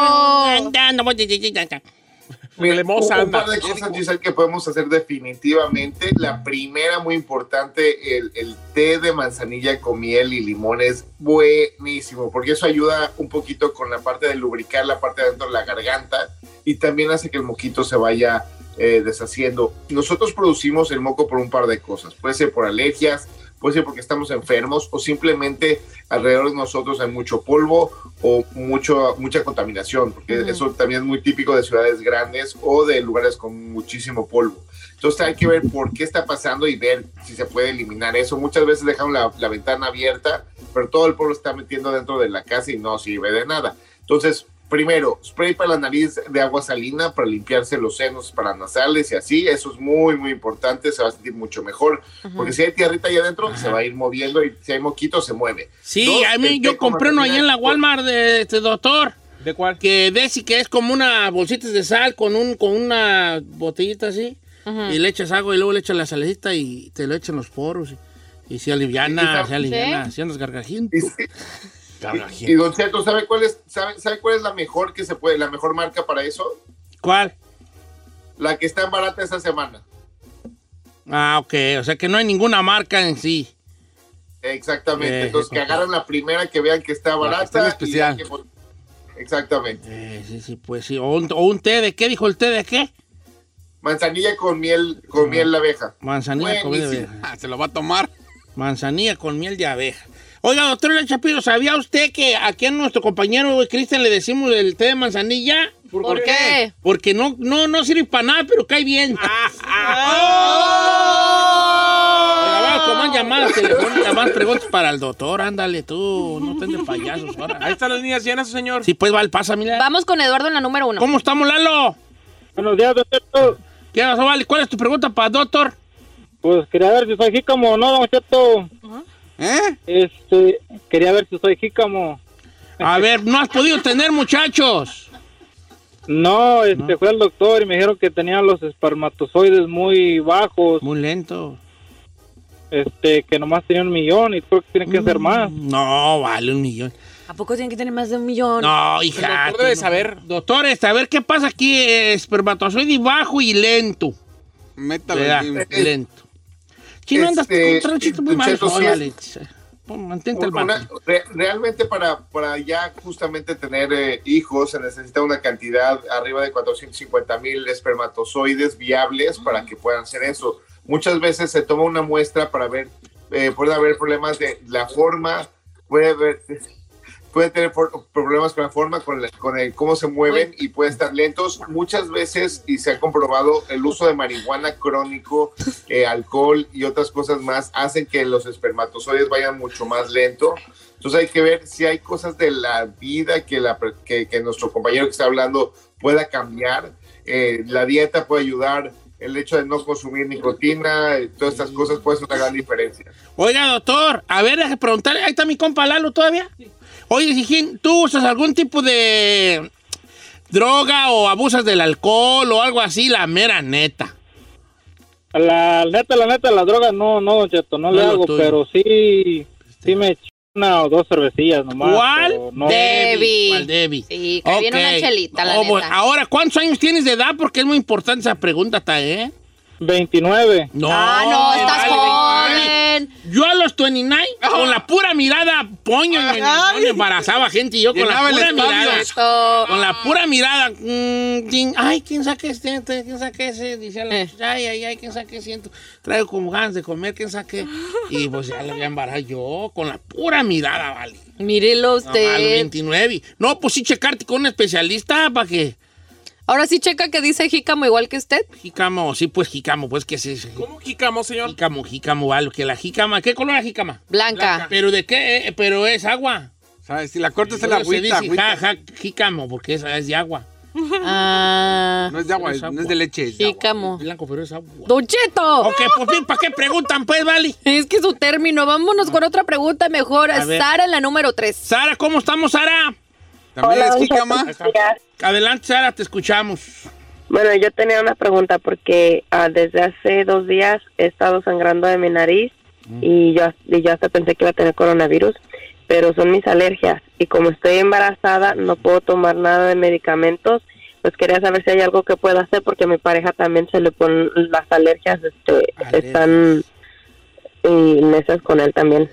[SPEAKER 10] Mira,
[SPEAKER 5] Hermosa,
[SPEAKER 10] un- un
[SPEAKER 5] anda.
[SPEAKER 10] par de cosas, Giselle, que podemos hacer definitivamente. La primera, muy importante, el, el té de manzanilla con miel y limón es buenísimo, porque eso ayuda un poquito con la parte de lubricar la parte de adentro de la garganta y también hace que el moquito se vaya eh, deshaciendo. Nosotros producimos el moco por un par de cosas. Puede ser por alergias, puede ser porque estamos enfermos o simplemente alrededor de nosotros hay mucho polvo o mucho, mucha contaminación, porque
[SPEAKER 2] Ujú.
[SPEAKER 10] eso también es muy típico de ciudades grandes o de lugares con muchísimo polvo. Entonces hay que ver por qué está pasando y ver si se puede eliminar eso. Muchas veces dejamos la, la ventana abierta, pero todo el polvo se está metiendo dentro de la casa y no sirve de nada. Entonces, primero, spray para la nariz de agua salina para limpiarse los senos paranasales y así. Eso es muy, muy importante. Se va a sentir mucho mejor. Porque si hay tierrita ahí adentro, se va a ir moviendo y si hay moquito, se mueve.
[SPEAKER 1] Sí,
[SPEAKER 10] Dos,
[SPEAKER 1] a mí
[SPEAKER 10] el
[SPEAKER 1] yo
[SPEAKER 10] té con
[SPEAKER 1] compré uno ahí
[SPEAKER 10] manzanilla
[SPEAKER 1] en la
[SPEAKER 10] con-
[SPEAKER 1] Walmart de este doctor.
[SPEAKER 5] ¿De cuál?
[SPEAKER 1] Que Desi, que es como una bolsita de sal con un con una botellita así. Y le echas agua y luego le echas la salecita y te lo echan los poros. Y, y se aliviana,
[SPEAKER 10] Sí.
[SPEAKER 1] se aliviana. Se andas gargajiento.
[SPEAKER 10] Y sí, Y, y, Don Cheto, ¿sabe cuál, es, sabe, sabe cuál es la mejor que se puede, la mejor marca para eso?
[SPEAKER 1] ¿Cuál?
[SPEAKER 10] La que está en barata esta semana.
[SPEAKER 1] Ah, ok. O sea que no hay ninguna marca en sí.
[SPEAKER 10] Exactamente.
[SPEAKER 1] Eh,
[SPEAKER 10] Entonces, que
[SPEAKER 1] ok.
[SPEAKER 10] agarran la primera que vean que está barata.
[SPEAKER 9] Ah, está en
[SPEAKER 10] y
[SPEAKER 9] especial.
[SPEAKER 10] la que por- Exactamente.
[SPEAKER 1] Eh, sí, sí, pues sí. O un, o un té de qué, dijo el té de qué?
[SPEAKER 10] Manzanilla con miel, con miel de abeja.
[SPEAKER 1] Manzanilla con miel de
[SPEAKER 10] Buenísimo.
[SPEAKER 1] abeja.
[SPEAKER 9] Ah, se lo va a tomar.
[SPEAKER 1] Manzanilla con miel de abeja. Oiga, doctor El Chapiro, ¿sabía usted que aquí a nuestro compañero Cristian le decimos el té de manzanilla?
[SPEAKER 2] ¿Por qué?
[SPEAKER 1] Porque no, no, no sirve para nada, pero cae bien. Oiga, vamos a tomar llamadas telefónicas, más preguntas para el doctor. Ándale tú, no ten de payasos
[SPEAKER 5] Ahí
[SPEAKER 1] ahora.
[SPEAKER 5] están las líneas llenas, señor.
[SPEAKER 1] Sí, pues vale, pasa, mira.
[SPEAKER 2] Vamos con Eduardo en la número uno.
[SPEAKER 1] ¿Cómo estamos, Lalo?
[SPEAKER 7] Buenos días, don Cheto.
[SPEAKER 1] ¿Qué pasó, Vale? ¿Cuál es tu pregunta para el doctor?
[SPEAKER 7] Pues quería ver si soy jícamo o no, don Cheto.
[SPEAKER 9] ¿Eh?
[SPEAKER 7] Este, quería ver si soy jícamo.
[SPEAKER 1] A ver, no has podido tener muchachos.
[SPEAKER 7] No, este, fue al doctor y me dijeron que tenía los espermatozoides muy bajos.
[SPEAKER 1] Muy lento.
[SPEAKER 7] Este, que nomás tenía un millón y creo que tiene que ser más.
[SPEAKER 1] Mm, No, vale, un millón.
[SPEAKER 2] ¿A poco tienen que tener más de un millón? Pues,
[SPEAKER 1] No,
[SPEAKER 5] El
[SPEAKER 1] hija.
[SPEAKER 5] doctor debe
[SPEAKER 1] tú no.
[SPEAKER 5] saber.
[SPEAKER 1] Doctores, a ver qué pasa aquí. eh, Espermatozoide bajo y lento.
[SPEAKER 9] Métalo.
[SPEAKER 1] ¿verdad?
[SPEAKER 9] en-
[SPEAKER 1] Lento. Chino, andas con
[SPEAKER 10] Este,
[SPEAKER 1] un chiste muy
[SPEAKER 10] Don
[SPEAKER 1] mal.
[SPEAKER 10] Cheto, sí es-
[SPEAKER 1] Órale, ch- pon- Mantente el
[SPEAKER 10] Una-
[SPEAKER 1] bate.
[SPEAKER 10] re- realmente para, para ya justamente tener eh, hijos se necesita una cantidad arriba de 450 mil espermatozoides viables para que puedan hacer eso. Muchas veces se toma una muestra para ver, eh, puede haber problemas de la forma, puede haber- puede tener por- problemas con la forma, con, la- con el cómo se mueven y pueden estar lentos. Muchas veces, y se ha comprobado, el uso de marihuana crónico, eh, alcohol y otras cosas más hacen que los espermatozoides vayan mucho más lento. Entonces hay que ver si hay cosas de la vida que, la, per- que, que nuestro compañero que está hablando pueda cambiar. Eh, la dieta puede ayudar, el hecho de no consumir nicotina, eh, todas estas cosas puede ser una gran diferencia.
[SPEAKER 1] Oiga, doctor, a ver, déjame preguntarle. Ahí está mi compa Lalo todavía. Oye, Sijín, ¿tú usas algún tipo de droga o abusas del alcohol o algo así? La mera neta.
[SPEAKER 7] La neta, la neta, las drogas no, no, don Cheto, no,
[SPEAKER 1] No
[SPEAKER 7] le
[SPEAKER 1] es lo
[SPEAKER 7] hago,
[SPEAKER 1] tuyo.
[SPEAKER 7] pero sí, sí me eché una o dos cervecillas nomás.
[SPEAKER 1] ¿Cuál?
[SPEAKER 7] pero No,
[SPEAKER 2] Debbie.
[SPEAKER 1] ¿Cuál Debbie?
[SPEAKER 2] Sí, que viene una
[SPEAKER 1] Ok.
[SPEAKER 2] chelita, la
[SPEAKER 1] Oh,
[SPEAKER 2] neta.
[SPEAKER 1] pues, ahora, ¿cuántos años tienes de edad? Porque es muy importante esa pregunta, ta, ¿eh?
[SPEAKER 7] 29.
[SPEAKER 1] No.
[SPEAKER 2] ah, no,
[SPEAKER 1] vale,
[SPEAKER 2] estás
[SPEAKER 1] vale.
[SPEAKER 2] joven.
[SPEAKER 1] Yo a los 29, con la pura mirada, poño, me, me embarazaba gente y yo con
[SPEAKER 9] Llenaba
[SPEAKER 1] la
[SPEAKER 9] el
[SPEAKER 1] pura
[SPEAKER 9] estadio.
[SPEAKER 1] mirada.
[SPEAKER 2] Esto-
[SPEAKER 1] Con la pura mirada. mm, tin, ay, ¿quién saque este? este, ¿Quién saque ese? Dice
[SPEAKER 2] Eh.
[SPEAKER 1] la muchacha, Ay, ay, ay, ¿quién saque siento? Traigo como ganas de comer, ¿quién saque? Y pues ya la voy a embarazar yo, con la pura mirada, vale. No,
[SPEAKER 2] Mírelo
[SPEAKER 1] a los
[SPEAKER 2] usted.
[SPEAKER 1] 29. No, pues sí, checarte con un especialista para que.
[SPEAKER 2] Ahora sí checa que dice jícamo igual que usted.
[SPEAKER 1] Jícamo, sí, pues jícamo, pues que es
[SPEAKER 5] ¿Cómo jícamo, señor?
[SPEAKER 1] Jícamo, jícamo, algo que la jícama. ¿Qué color es la jícama?
[SPEAKER 2] Blanca.
[SPEAKER 1] ¿Pero de qué? Eh, Pero es agua.
[SPEAKER 9] ¿Sabes? Si la cortas
[SPEAKER 1] Se
[SPEAKER 9] es la agüita,
[SPEAKER 1] dice ja,
[SPEAKER 9] agüita.
[SPEAKER 1] ja, jícamo, porque es, es de agua.
[SPEAKER 2] Ah,
[SPEAKER 9] No es de agua,
[SPEAKER 1] Pero es
[SPEAKER 9] no
[SPEAKER 1] agua.
[SPEAKER 9] es de leche. es de agua.
[SPEAKER 2] jícamo.
[SPEAKER 1] Blanco, pero es agua.
[SPEAKER 2] Don Cheto.
[SPEAKER 1] Ok, pues bien, ¿para qué preguntan, pues, Vali?
[SPEAKER 2] Es que su término. Vámonos con otra pregunta mejor.
[SPEAKER 1] A ver.
[SPEAKER 2] Sara en la número 3.
[SPEAKER 1] Sara, ¿cómo estamos, Sara?
[SPEAKER 9] También
[SPEAKER 11] Hola,
[SPEAKER 9] es
[SPEAKER 11] don
[SPEAKER 9] jícama.
[SPEAKER 11] Cheto, mira,
[SPEAKER 1] Adelante, Sara, te escuchamos.
[SPEAKER 11] Bueno, yo tenía una pregunta porque ah, desde hace dos días he estado sangrando de mi nariz y, yo, y yo hasta pensé que iba a tener coronavirus, pero son mis alergias y como estoy embarazada no puedo tomar nada de medicamentos, pues quería saber si hay algo que pueda hacer porque a mi pareja también se le ponen las alergias, este, están inmensas con él también.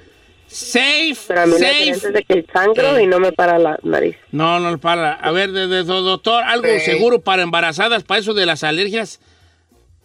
[SPEAKER 1] Safe,
[SPEAKER 11] Pero a mí la
[SPEAKER 1] safe.
[SPEAKER 11] diferencia es de que sangro
[SPEAKER 1] Eh.
[SPEAKER 11] y no me para la nariz. Eh.
[SPEAKER 1] No, no, para. A ver, de, de- do- doctor, algo
[SPEAKER 10] Sí.
[SPEAKER 1] seguro para embarazadas, para eso de las alergias.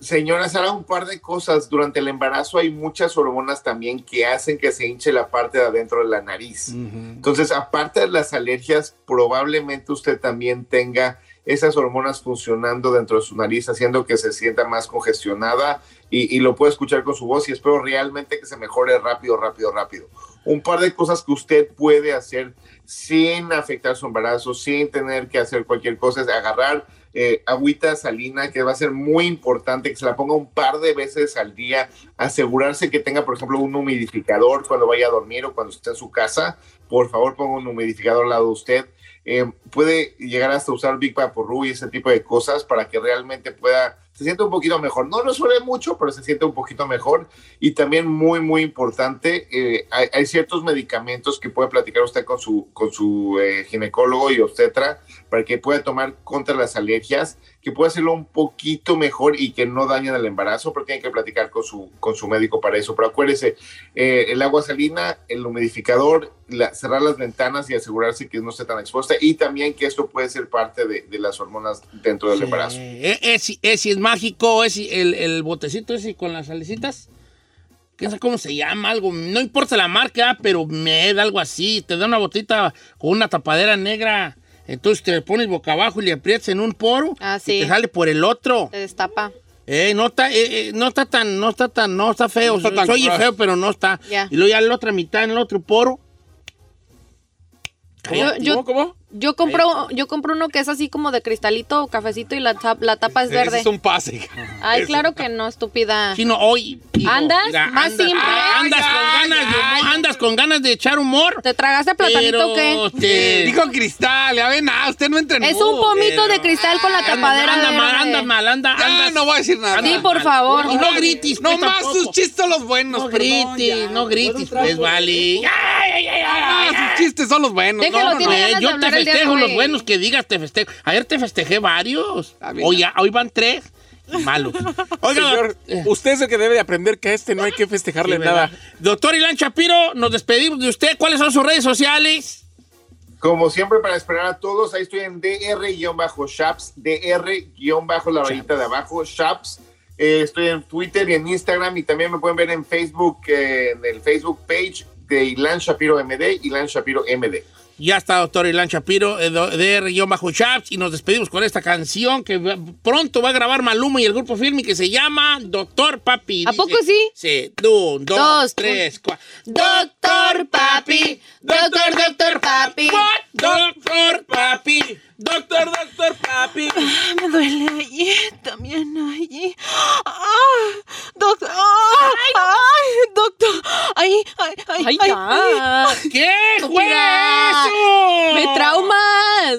[SPEAKER 10] Señoras, hará un par de cosas. Durante el embarazo hay muchas hormonas también que hacen que se hinche la parte de adentro de la nariz. Entonces, aparte de las alergias, probablemente usted también tenga esas hormonas funcionando dentro de su nariz, haciendo que se sienta más congestionada y, y lo puedo escuchar con su voz y espero realmente que se mejore rápido, rápido, rápido. Un par de cosas que usted puede hacer sin afectar su embarazo, sin tener que hacer cualquier cosa, es agarrar eh, agüita salina, que va a ser muy importante, que se la ponga un par de veces al día, asegurarse que tenga, por ejemplo, un humidificador cuando vaya a dormir o cuando esté en su casa, por favor ponga un humidificador al lado de usted. Eh, puede llegar hasta usar Big Vaporru y ese tipo de cosas para que realmente pueda, se sienta un poquito mejor. No resuelve mucho, pero se siente un poquito mejor. Y también muy, muy importante, eh, hay, hay ciertos medicamentos que puede platicar usted con su, con su eh, ginecólogo y obstetra para que pueda tomar contra las alergias, que pueda hacerlo un poquito mejor y que no dañen el embarazo, pero tiene que platicar con su, con su médico para eso. Pero acuérdese, eh, el agua salina, el humidificador, la- cerrar las ventanas y asegurarse que no esté tan expuesta y también que esto puede ser parte de, de las hormonas dentro del embarazo.
[SPEAKER 1] Eh, ese, ese es mágico, ese, el, el botecito ese con las alecitas. ¿Quién sabe cómo se llama? Algo, no importa la marca, pero me da algo así. Te da una botita con una tapadera negra. Entonces te pones boca abajo y le aprietas en un poro
[SPEAKER 2] Ah,
[SPEAKER 1] y
[SPEAKER 2] sí.
[SPEAKER 1] te sale por el otro.
[SPEAKER 2] Se destapa.
[SPEAKER 1] Eh, no está, eh, eh, no está tan, no está tan, no está feo.
[SPEAKER 9] No está tan
[SPEAKER 1] Soy
[SPEAKER 9] gross.
[SPEAKER 1] feo, pero no está.
[SPEAKER 2] Ya.
[SPEAKER 1] Y luego ya la otra mitad, en el otro poro.
[SPEAKER 2] Yo,
[SPEAKER 1] Cállate.
[SPEAKER 2] yo,
[SPEAKER 5] ¿Cómo, cómo?
[SPEAKER 2] yo compro, yo compro uno que es así como de cristalito o cafecito y la, tap- la tapa es
[SPEAKER 9] Ese
[SPEAKER 2] verde.
[SPEAKER 9] es un pase.
[SPEAKER 2] Ay, claro que no, estúpida.
[SPEAKER 1] Sí, no, hoy. hijo,
[SPEAKER 2] Ah. ¿Andas? Más simple.
[SPEAKER 1] ah, andas con ganas de humor, andas con ganas de echar humor.
[SPEAKER 2] ¿Te tragaste el platanito o
[SPEAKER 1] Pero
[SPEAKER 2] qué?
[SPEAKER 1] te-
[SPEAKER 9] Dijo cristal, ya ven, ah, usted no entrenó.
[SPEAKER 2] Es
[SPEAKER 1] pues,
[SPEAKER 2] un pomito de cristal con la
[SPEAKER 1] anda,
[SPEAKER 2] tapadera
[SPEAKER 1] anda mal,
[SPEAKER 2] verde.
[SPEAKER 1] anda mal, anda,
[SPEAKER 9] Ya,
[SPEAKER 1] andas-
[SPEAKER 9] no voy a decir nada.
[SPEAKER 1] andas
[SPEAKER 2] Sí, por
[SPEAKER 1] mal.
[SPEAKER 2] favor.
[SPEAKER 1] Y no gritis,
[SPEAKER 9] No
[SPEAKER 1] pues,
[SPEAKER 9] más
[SPEAKER 1] tampoco.
[SPEAKER 9] sus chistes son los buenos,
[SPEAKER 1] No
[SPEAKER 9] perdón,
[SPEAKER 1] gritis,
[SPEAKER 9] ya.
[SPEAKER 1] no gritis,
[SPEAKER 9] Fueron
[SPEAKER 1] pues vale. Ay, ay, ay, ay,
[SPEAKER 9] Ah,
[SPEAKER 1] ay, ay.
[SPEAKER 9] sus chistes son los buenos.
[SPEAKER 2] Déjalo,
[SPEAKER 9] no, no,
[SPEAKER 2] tiene-
[SPEAKER 9] no.
[SPEAKER 2] ganas de
[SPEAKER 1] yo te
[SPEAKER 2] hablar el día de
[SPEAKER 1] festejo
[SPEAKER 2] hoy.
[SPEAKER 1] los buenos que digas, te festejo. Ayer te festejé varios.
[SPEAKER 9] Ah, bien.
[SPEAKER 1] Hoy, hoy van tres. Malos. Oiga,
[SPEAKER 5] Señor,
[SPEAKER 1] eh,
[SPEAKER 5] usted es el que debe de aprender que a este no hay que
[SPEAKER 1] sí,
[SPEAKER 5] festejarle
[SPEAKER 1] ¿verdad?
[SPEAKER 5] nada.
[SPEAKER 1] Doctor Ilan Chapiro, nos despedimos de usted. ¿Cuáles son sus redes sociales?
[SPEAKER 10] Como siempre, para esperar a todos, ahí estoy en DR-Shaps, DR-Bajo la rayita de abajo, Shaps. Eh, estoy en Twitter y en Instagram y también me pueden ver en Facebook, eh, en el Facebook page de Ilan Shapiro MD, Ilan Shapiro MD.
[SPEAKER 1] Ya está, doctor Ilan Shapiro, eh, do- de R-Chaps, y nos despedimos con esta canción que va- pronto va a grabar Maluma y el grupo Filmi que se llama Doctor Papi.
[SPEAKER 2] ¿A
[SPEAKER 1] Dice-
[SPEAKER 2] poco sí?
[SPEAKER 1] Sí, un, dos,
[SPEAKER 2] Dos,
[SPEAKER 1] tres, cuatro.
[SPEAKER 2] Doctor Papi, doctor, doctor Papi.
[SPEAKER 1] What? Doctor Papi, doctor, doctor Papi.
[SPEAKER 4] Ah, me duele allí, también allí. Ah, doctor, ah, ay, doctor, ay, ay, ay,
[SPEAKER 2] Ay,
[SPEAKER 4] ay, ay.
[SPEAKER 2] ya.
[SPEAKER 1] ¿Qué fue
[SPEAKER 2] Estúpida.
[SPEAKER 1] eso?
[SPEAKER 2] ¡Me traumas!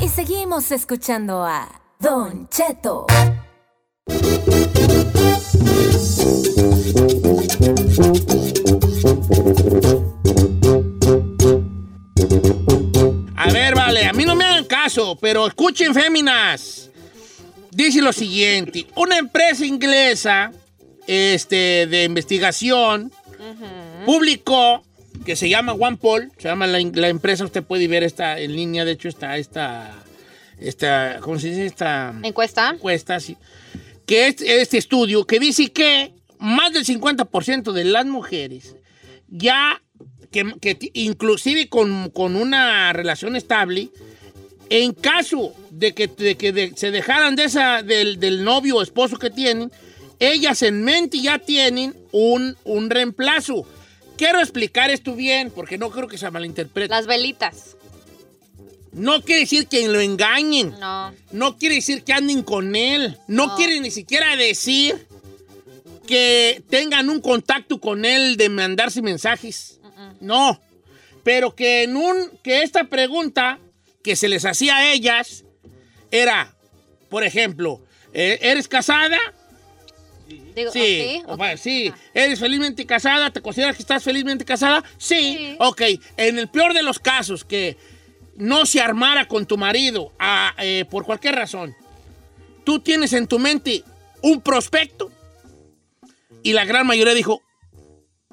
[SPEAKER 8] Y seguimos escuchando a Don Cheto.
[SPEAKER 1] A ver, vale, a mí no me hagan caso, pero escuchen, féminas. Dice lo siguiente: una empresa inglesa este, de investigación publicó que se llama OnePoll, se llama la, la empresa, usted puede ver esta en línea, de hecho, está esta esta, ¿cómo se dice? Esta
[SPEAKER 2] ¿Encuesta?
[SPEAKER 1] encuesta, sí, que es este estudio que dice que más del 50% de las mujeres ya, que, que ti- inclusive con, con una relación estable, en caso de que, de que de- se dejaran de esa, del, del novio o esposo que tienen, ellas en mente ya tienen un, un reemplazo. Quiero explicar esto bien, porque no creo que se malinterprete.
[SPEAKER 2] Las velitas.
[SPEAKER 1] No quiere decir que lo engañen.
[SPEAKER 2] No.
[SPEAKER 1] No quiere decir que anden con él. No,
[SPEAKER 2] No.
[SPEAKER 1] quiere ni siquiera decir que tengan un contacto con él de mandarse mensajes. No. Pero que en un que esta pregunta que se les hacía a ellas era, por ejemplo, ¿e- ¿eres casada?
[SPEAKER 2] Digo,
[SPEAKER 1] Sí,
[SPEAKER 2] ok,
[SPEAKER 1] o
[SPEAKER 2] ok.
[SPEAKER 1] va- sí. ¿Eres felizmente casada? ¿Te consideras que estás felizmente casada? Sí. Ok, en el peor de los casos, que no se armara con tu marido a, eh, por cualquier razón, tú tienes en tu mente un prospecto y la gran mayoría dijo,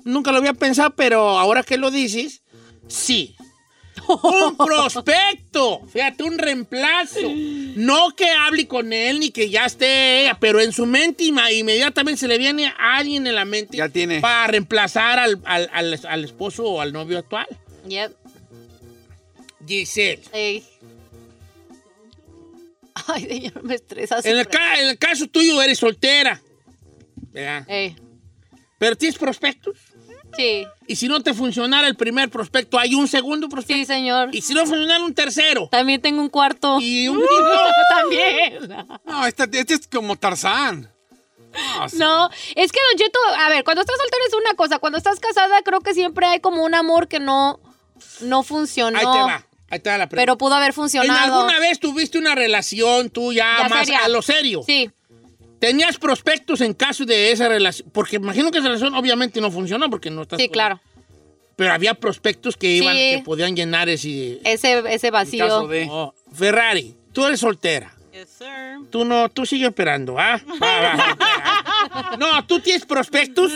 [SPEAKER 1] nunca lo había pensado, pero ahora que lo dices, sí. Un prospecto, fíjate, un reemplazo. No que hable con él ni que ya esté ella, pero en su mente inma- inmediatamente se le viene a alguien en la mente
[SPEAKER 9] Ya tiene.
[SPEAKER 1] para reemplazar al, al- al- al esposo o al novio actual.
[SPEAKER 2] Yep.
[SPEAKER 1] Giselle.
[SPEAKER 2] Ey. Ay, señor, me estresa.
[SPEAKER 1] En el,
[SPEAKER 2] siempre.
[SPEAKER 1] ca- en el caso tuyo eres soltera, ¿verdad?
[SPEAKER 2] Ey,
[SPEAKER 1] pero tienes prospectos.
[SPEAKER 2] Sí.
[SPEAKER 1] Y si no te funcionara el primer prospecto, hay un segundo prospecto.
[SPEAKER 2] Sí, señor.
[SPEAKER 1] Y si no funcionara un tercero.
[SPEAKER 2] También tengo un cuarto.
[SPEAKER 1] Y un quinto.
[SPEAKER 2] También.
[SPEAKER 9] No, esta- este, es como Tarzán. No, sí.
[SPEAKER 2] No, es que Don Cheto, a ver, cuando estás soltero es una cosa, cuando estás casada creo que siempre hay como un amor que no, no funcionó,
[SPEAKER 1] Ahí te va. Ahí te va la pregunta.
[SPEAKER 2] pero pudo haber
[SPEAKER 1] ¿En
[SPEAKER 2] funcionado.
[SPEAKER 1] alguna vez tuviste una relación tú ya,
[SPEAKER 2] Ya
[SPEAKER 1] más
[SPEAKER 2] seria.
[SPEAKER 1] a lo serio?
[SPEAKER 2] Sí,
[SPEAKER 1] ¿Tenías prospectos en caso de esa relación? Porque imagino que esa relación obviamente no funcionó porque no estás...
[SPEAKER 2] sí,
[SPEAKER 1] con-
[SPEAKER 2] claro.
[SPEAKER 1] Pero había prospectos que iban,
[SPEAKER 2] Sí.
[SPEAKER 1] que podían llenar ese...
[SPEAKER 2] Ese, ese vacío.
[SPEAKER 1] Oh, Ferrari, tú eres soltera.
[SPEAKER 4] Yes, sir.
[SPEAKER 1] Tú no, tú sigue esperando, ¿ah? Va, va, va. No, tú tienes prospectos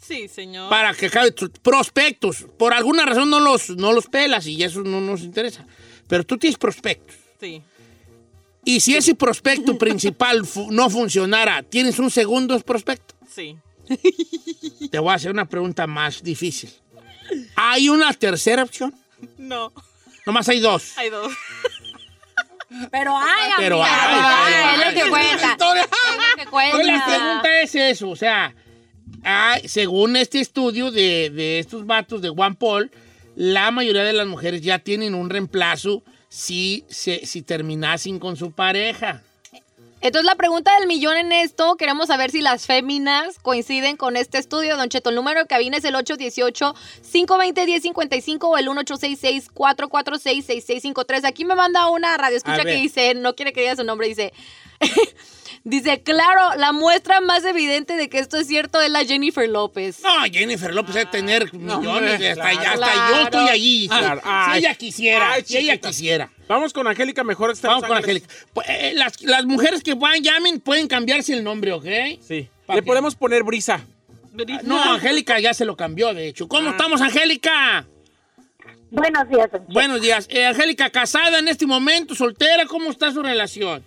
[SPEAKER 4] Sí, señor.
[SPEAKER 1] para que acabe tus prospectos. Por alguna razón no los, no los pelas y eso no nos interesa. Pero tú tienes prospectos.
[SPEAKER 4] Sí.
[SPEAKER 1] Y si ese prospecto principal fu- no funcionara, ¿tienes un segundo prospecto?
[SPEAKER 4] Sí.
[SPEAKER 1] Te voy a hacer una pregunta más difícil. ¿Hay una tercera opción?
[SPEAKER 4] No.
[SPEAKER 1] Nomás hay dos.
[SPEAKER 4] Hay dos.
[SPEAKER 1] Ah,
[SPEAKER 2] Pero ay,
[SPEAKER 1] Pero
[SPEAKER 2] amiga,
[SPEAKER 1] hay,
[SPEAKER 2] ay,
[SPEAKER 1] pero
[SPEAKER 2] es lo
[SPEAKER 1] hay.
[SPEAKER 2] que cuenta.
[SPEAKER 1] Entonces,
[SPEAKER 2] es lo que
[SPEAKER 1] Pues la
[SPEAKER 2] cuenta.
[SPEAKER 1] pregunta es eso, o sea, ah, según este estudio de, de estos vatos de Juan Paul, la mayoría de las mujeres ya tienen un reemplazo si, se, si terminasen con su pareja.
[SPEAKER 2] Entonces la pregunta del millón en esto, queremos saber si las féminas coinciden con este estudio. Don Cheto, el número de cabina es el 818-520-1055 o el 1866-446-6653. Aquí me manda una radio
[SPEAKER 1] A
[SPEAKER 2] escucha
[SPEAKER 1] ver.
[SPEAKER 2] que dice, no quiere que diga su nombre, dice... Dice, claro, la muestra más evidente de que esto es cierto es la Jennifer López.
[SPEAKER 1] No, Jennifer López debe tener millones,
[SPEAKER 5] hombre,
[SPEAKER 1] hasta, ya-
[SPEAKER 5] claro.
[SPEAKER 1] hasta yo estoy allí.
[SPEAKER 5] Claro.
[SPEAKER 1] Si- Si
[SPEAKER 5] Ay.
[SPEAKER 1] ella quisiera,
[SPEAKER 5] Ay,
[SPEAKER 1] si ella
[SPEAKER 5] chiquita.
[SPEAKER 1] quisiera.
[SPEAKER 5] Vamos con Angélica, mejor está en
[SPEAKER 1] Vamos
[SPEAKER 5] Los
[SPEAKER 1] con
[SPEAKER 5] Ángeles.
[SPEAKER 1] Angélica. Pues, eh, las, las mujeres que van, llamen, pueden cambiarse el nombre, ¿ok?
[SPEAKER 5] Sí.
[SPEAKER 1] ¿Pa
[SPEAKER 5] Le
[SPEAKER 1] qué?
[SPEAKER 5] podemos poner brisa.
[SPEAKER 1] No, Angélica ya se lo cambió, de hecho.
[SPEAKER 5] Ah.
[SPEAKER 1] ¿Cómo estamos, Angélica?
[SPEAKER 6] Buenos días, don Cheto.
[SPEAKER 1] Buenos días. Eh, Angélica, casada en este momento, soltera, ¿cómo está su relación?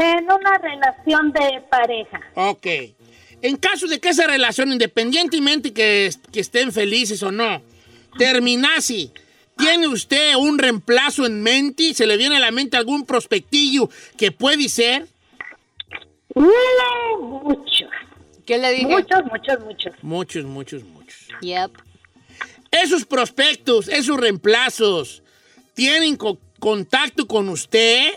[SPEAKER 6] En una relación de pareja.
[SPEAKER 1] Ok. En caso de que esa relación, independientemente que, est- que estén felices o no, terminase, ¿tiene usted un reemplazo en mente? ¿Se le viene a la mente algún prospectillo que puede ser?
[SPEAKER 6] Huele mucho.
[SPEAKER 2] ¿Qué le dije?
[SPEAKER 6] Muchos, muchos, muchos.
[SPEAKER 1] Muchos, muchos, muchos.
[SPEAKER 2] Yep.
[SPEAKER 1] Esos prospectos, esos reemplazos, ¿tienen co- contacto con usted?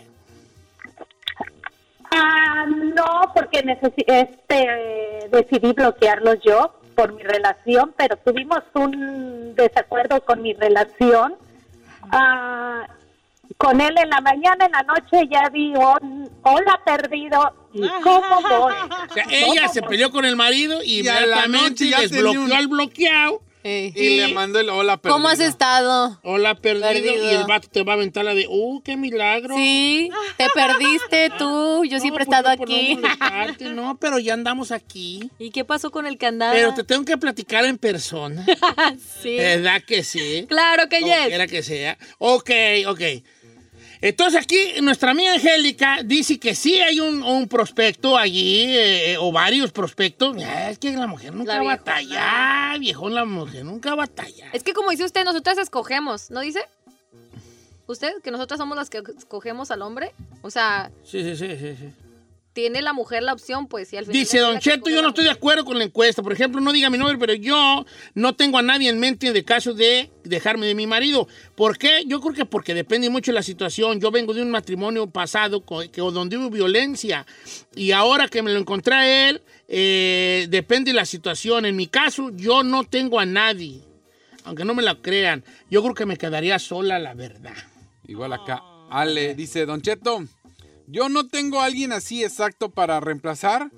[SPEAKER 6] Ah, no, porque necesi- este, decidí bloquearlos yo por mi relación, pero tuvimos un desacuerdo con mi relación. Ah, con él en la mañana, en la noche ya vi on- hola perdido y cómo voy.
[SPEAKER 1] O sea, ella se peleó con el marido y,
[SPEAKER 9] Y a la
[SPEAKER 1] inmediatamente
[SPEAKER 9] noche ya
[SPEAKER 1] desbloqueó
[SPEAKER 9] tenía un-
[SPEAKER 1] al bloqueado.
[SPEAKER 2] Ey.
[SPEAKER 9] Y le mandó el hola, pero.
[SPEAKER 2] Eh, ¿Cómo has estado?
[SPEAKER 1] Hola, perdido.
[SPEAKER 2] Perdido.
[SPEAKER 1] Y el vato te va a aventar la de, ¡uh, qué milagro!
[SPEAKER 2] Sí, te perdiste tú, yo
[SPEAKER 1] No,
[SPEAKER 2] siempre he
[SPEAKER 1] pues,
[SPEAKER 2] estado
[SPEAKER 1] no, por no
[SPEAKER 2] aquí.
[SPEAKER 1] molestarte, no, pero ya andamos aquí.
[SPEAKER 2] ¿Y qué pasó con el candado?
[SPEAKER 1] Pero te tengo que platicar en persona.
[SPEAKER 2] Ah. Sí.
[SPEAKER 1] ¿Verdad que sí?
[SPEAKER 2] Claro que
[SPEAKER 1] Eh, Como
[SPEAKER 2] yes.
[SPEAKER 1] quiera que sea. Ok, ok. Entonces aquí nuestra amiga Angélica dice que sí hay un, un prospecto allí, eh, o varios prospectos. Ah, es que la mujer nunca
[SPEAKER 2] La viejona.
[SPEAKER 1] batalla, viejón, la mujer nunca batalla.
[SPEAKER 2] Es que como dice usted, nosotras escogemos, ¿no dice? ¿Usted? Que nosotras somos las que escogemos al hombre. O sea,
[SPEAKER 1] Sí, sí, sí, sí. sí.
[SPEAKER 2] tiene la mujer la opción, pues. Y al final
[SPEAKER 1] Dice
[SPEAKER 2] es la
[SPEAKER 1] Don
[SPEAKER 2] que
[SPEAKER 1] Cheto, yo no estoy de acuerdo con la encuesta. Por ejemplo, no diga mi nombre, pero yo no tengo a nadie en mente de caso de dejarme de mi marido. ¿Por qué? Yo creo que porque depende mucho de la situación. Yo vengo de un matrimonio pasado co- que, donde hubo violencia y ahora que me lo encontré a él, eh, depende de la situación. En mi caso, yo no tengo a nadie. Aunque no me la crean, yo creo que me quedaría sola, la verdad.
[SPEAKER 3] Igual acá. Ale dice, Don Cheto, yo no tengo a alguien así exacto para reemplazar,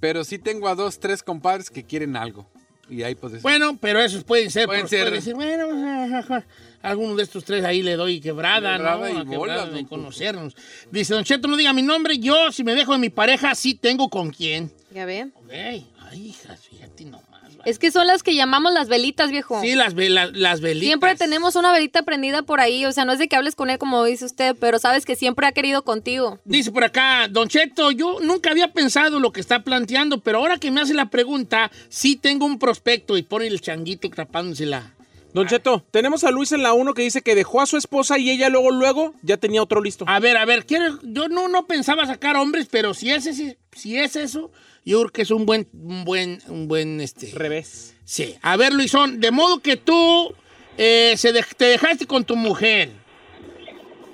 [SPEAKER 3] pero sí tengo a dos, tres compadres que quieren algo. Y ahí pues...
[SPEAKER 1] Bueno, pero esos pueden ser.
[SPEAKER 3] Pueden
[SPEAKER 1] pues,
[SPEAKER 3] ser.
[SPEAKER 1] puede decir, bueno, ajá, alguno de estos tres ahí le doy quebrada, ¿no?
[SPEAKER 3] Quebrada y
[SPEAKER 1] A quebrada
[SPEAKER 3] bolas,
[SPEAKER 1] de
[SPEAKER 3] don
[SPEAKER 1] conocernos. Dice, Don Cheto, no diga mi nombre. Yo, si me dejo de mi pareja, sí tengo con quién.
[SPEAKER 2] Ya ven.
[SPEAKER 1] Ey, ay, hija, fíjate nomás.
[SPEAKER 2] Es que son las que llamamos las velitas, viejo.
[SPEAKER 1] Sí, las, ve- las, las velitas.
[SPEAKER 2] Siempre tenemos una velita prendida por ahí. O sea, no es de que hables con él como dice usted, pero sabes que siempre ha querido contigo.
[SPEAKER 1] Dice por acá, Don Cheto, yo nunca había pensado lo que está planteando, pero ahora que me hace la pregunta, sí tengo un prospecto y pone el changuito tapándosela.
[SPEAKER 5] Don Cheto, tenemos a Luis en la 1 que dice que dejó a su esposa y ella luego, luego ya tenía otro listo.
[SPEAKER 1] A ver, a ver, quiero, yo no, no pensaba sacar hombres, pero si es, ese- si es eso, yo creo que es un buen, un buen, un buen, este...
[SPEAKER 5] Revés.
[SPEAKER 1] Sí. A ver, Luisón, de modo que tú eh, se dej- te dejaste con tu mujer.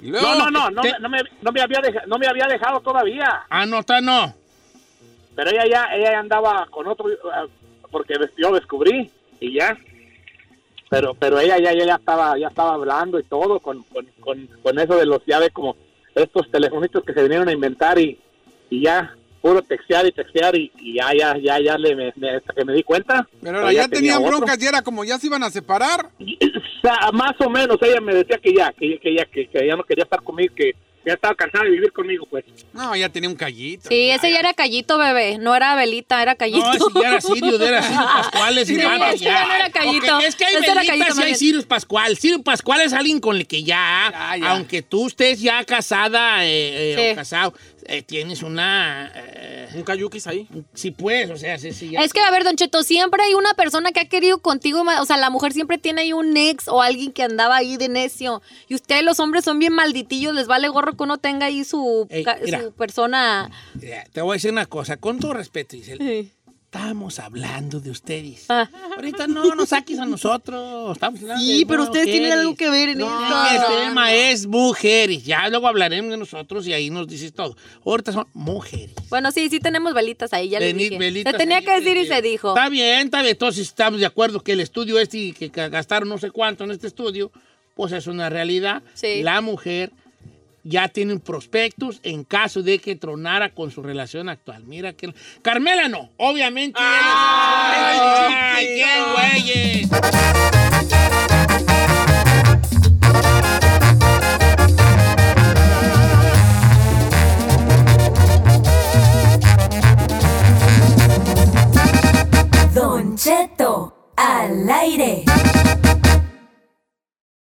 [SPEAKER 7] No, no, eh, no, no,
[SPEAKER 1] Te-
[SPEAKER 7] me- no me, no me había deja- no me había dejado todavía.
[SPEAKER 1] Ah, no, está, no.
[SPEAKER 7] Pero ella ya, ella ya andaba con otro, eh, porque des- yo descubrí y ya. Pero, pero ella ya, ya, ya estaba, ya estaba hablando y todo con, con, con, con eso de los llaves como estos telefonitos que se vinieron a inventar y, y ya puro textear y textear y, y ya, ya, ya, ya le me, me- hasta que me di cuenta.
[SPEAKER 3] Pero ahora ya, tenían
[SPEAKER 7] tenía otro.
[SPEAKER 3] broncas y era como ya se iban a separar.
[SPEAKER 7] O sea, más o menos ella me decía que ya, que, que ya, que, que ya no quería estar conmigo, que ya estaba cansada de vivir conmigo, pues.
[SPEAKER 3] No, ya tenía un callito.
[SPEAKER 2] Sí, ese ya era callito, bebé. No era velita, era callito.
[SPEAKER 1] No, ese ya era Sirio, era Sirio Pascual, ese
[SPEAKER 2] Sí,
[SPEAKER 1] ya,
[SPEAKER 2] ese ya no era Callito.
[SPEAKER 1] Ok, es que hay
[SPEAKER 2] Ese era
[SPEAKER 1] velitas
[SPEAKER 2] Callito,
[SPEAKER 1] y
[SPEAKER 2] más
[SPEAKER 1] hay
[SPEAKER 2] bien.
[SPEAKER 1] Sirio Pascual. Sirio Pascual es alguien con el que ya,
[SPEAKER 2] ya.
[SPEAKER 1] aunque tú estés ya casada eh, eh,
[SPEAKER 2] Sí.
[SPEAKER 1] o casado, eh, tienes una... ¿Un
[SPEAKER 5] cayuquis ahí?
[SPEAKER 1] Sí, pues, o sea, sí, sí. ya.
[SPEAKER 2] Es que, a ver, Don Cheto, siempre hay una persona que ha querido contigo. ma- O sea, la mujer siempre tiene ahí un ex o alguien que andaba ahí de necio. Y ustedes, los hombres, son bien malditillos. Les vale gorro que uno tenga ahí su,
[SPEAKER 1] Ey,
[SPEAKER 2] ca-
[SPEAKER 1] mira.
[SPEAKER 2] su persona.
[SPEAKER 1] Mira, Eh, Te voy a decir una cosa, con todo respeto, Giselle. Estamos hablando de ustedes. Ahorita no nos saques a nosotros. Estamos hablando
[SPEAKER 4] Ah. Sí,
[SPEAKER 1] de
[SPEAKER 4] pero ustedes tienen
[SPEAKER 1] mujeres.
[SPEAKER 4] algo que ver en
[SPEAKER 1] No,
[SPEAKER 4] esto.
[SPEAKER 1] el tema es mujeres. Ya luego hablaremos de nosotros y ahí nos dices todo. Ahorita son mujeres.
[SPEAKER 2] Bueno, sí, sí tenemos velitas ahí, ya le
[SPEAKER 1] Veni-
[SPEAKER 2] dije.
[SPEAKER 1] velitas
[SPEAKER 2] se tenía
[SPEAKER 1] ahí,
[SPEAKER 2] que decir y
[SPEAKER 1] velitas.
[SPEAKER 2] se dijo.
[SPEAKER 1] Está bien, está bien. Entonces estamos de acuerdo que el estudio este y que ca- gastaron no sé cuánto en este estudio, pues es una realidad.
[SPEAKER 2] Sí.
[SPEAKER 1] La mujer ya tiene prospectos en caso de que tronara con su relación actual. Mira que... Carmela no, obviamente. ¡Ay, qué güeyes!
[SPEAKER 8] Don Cheto al aire.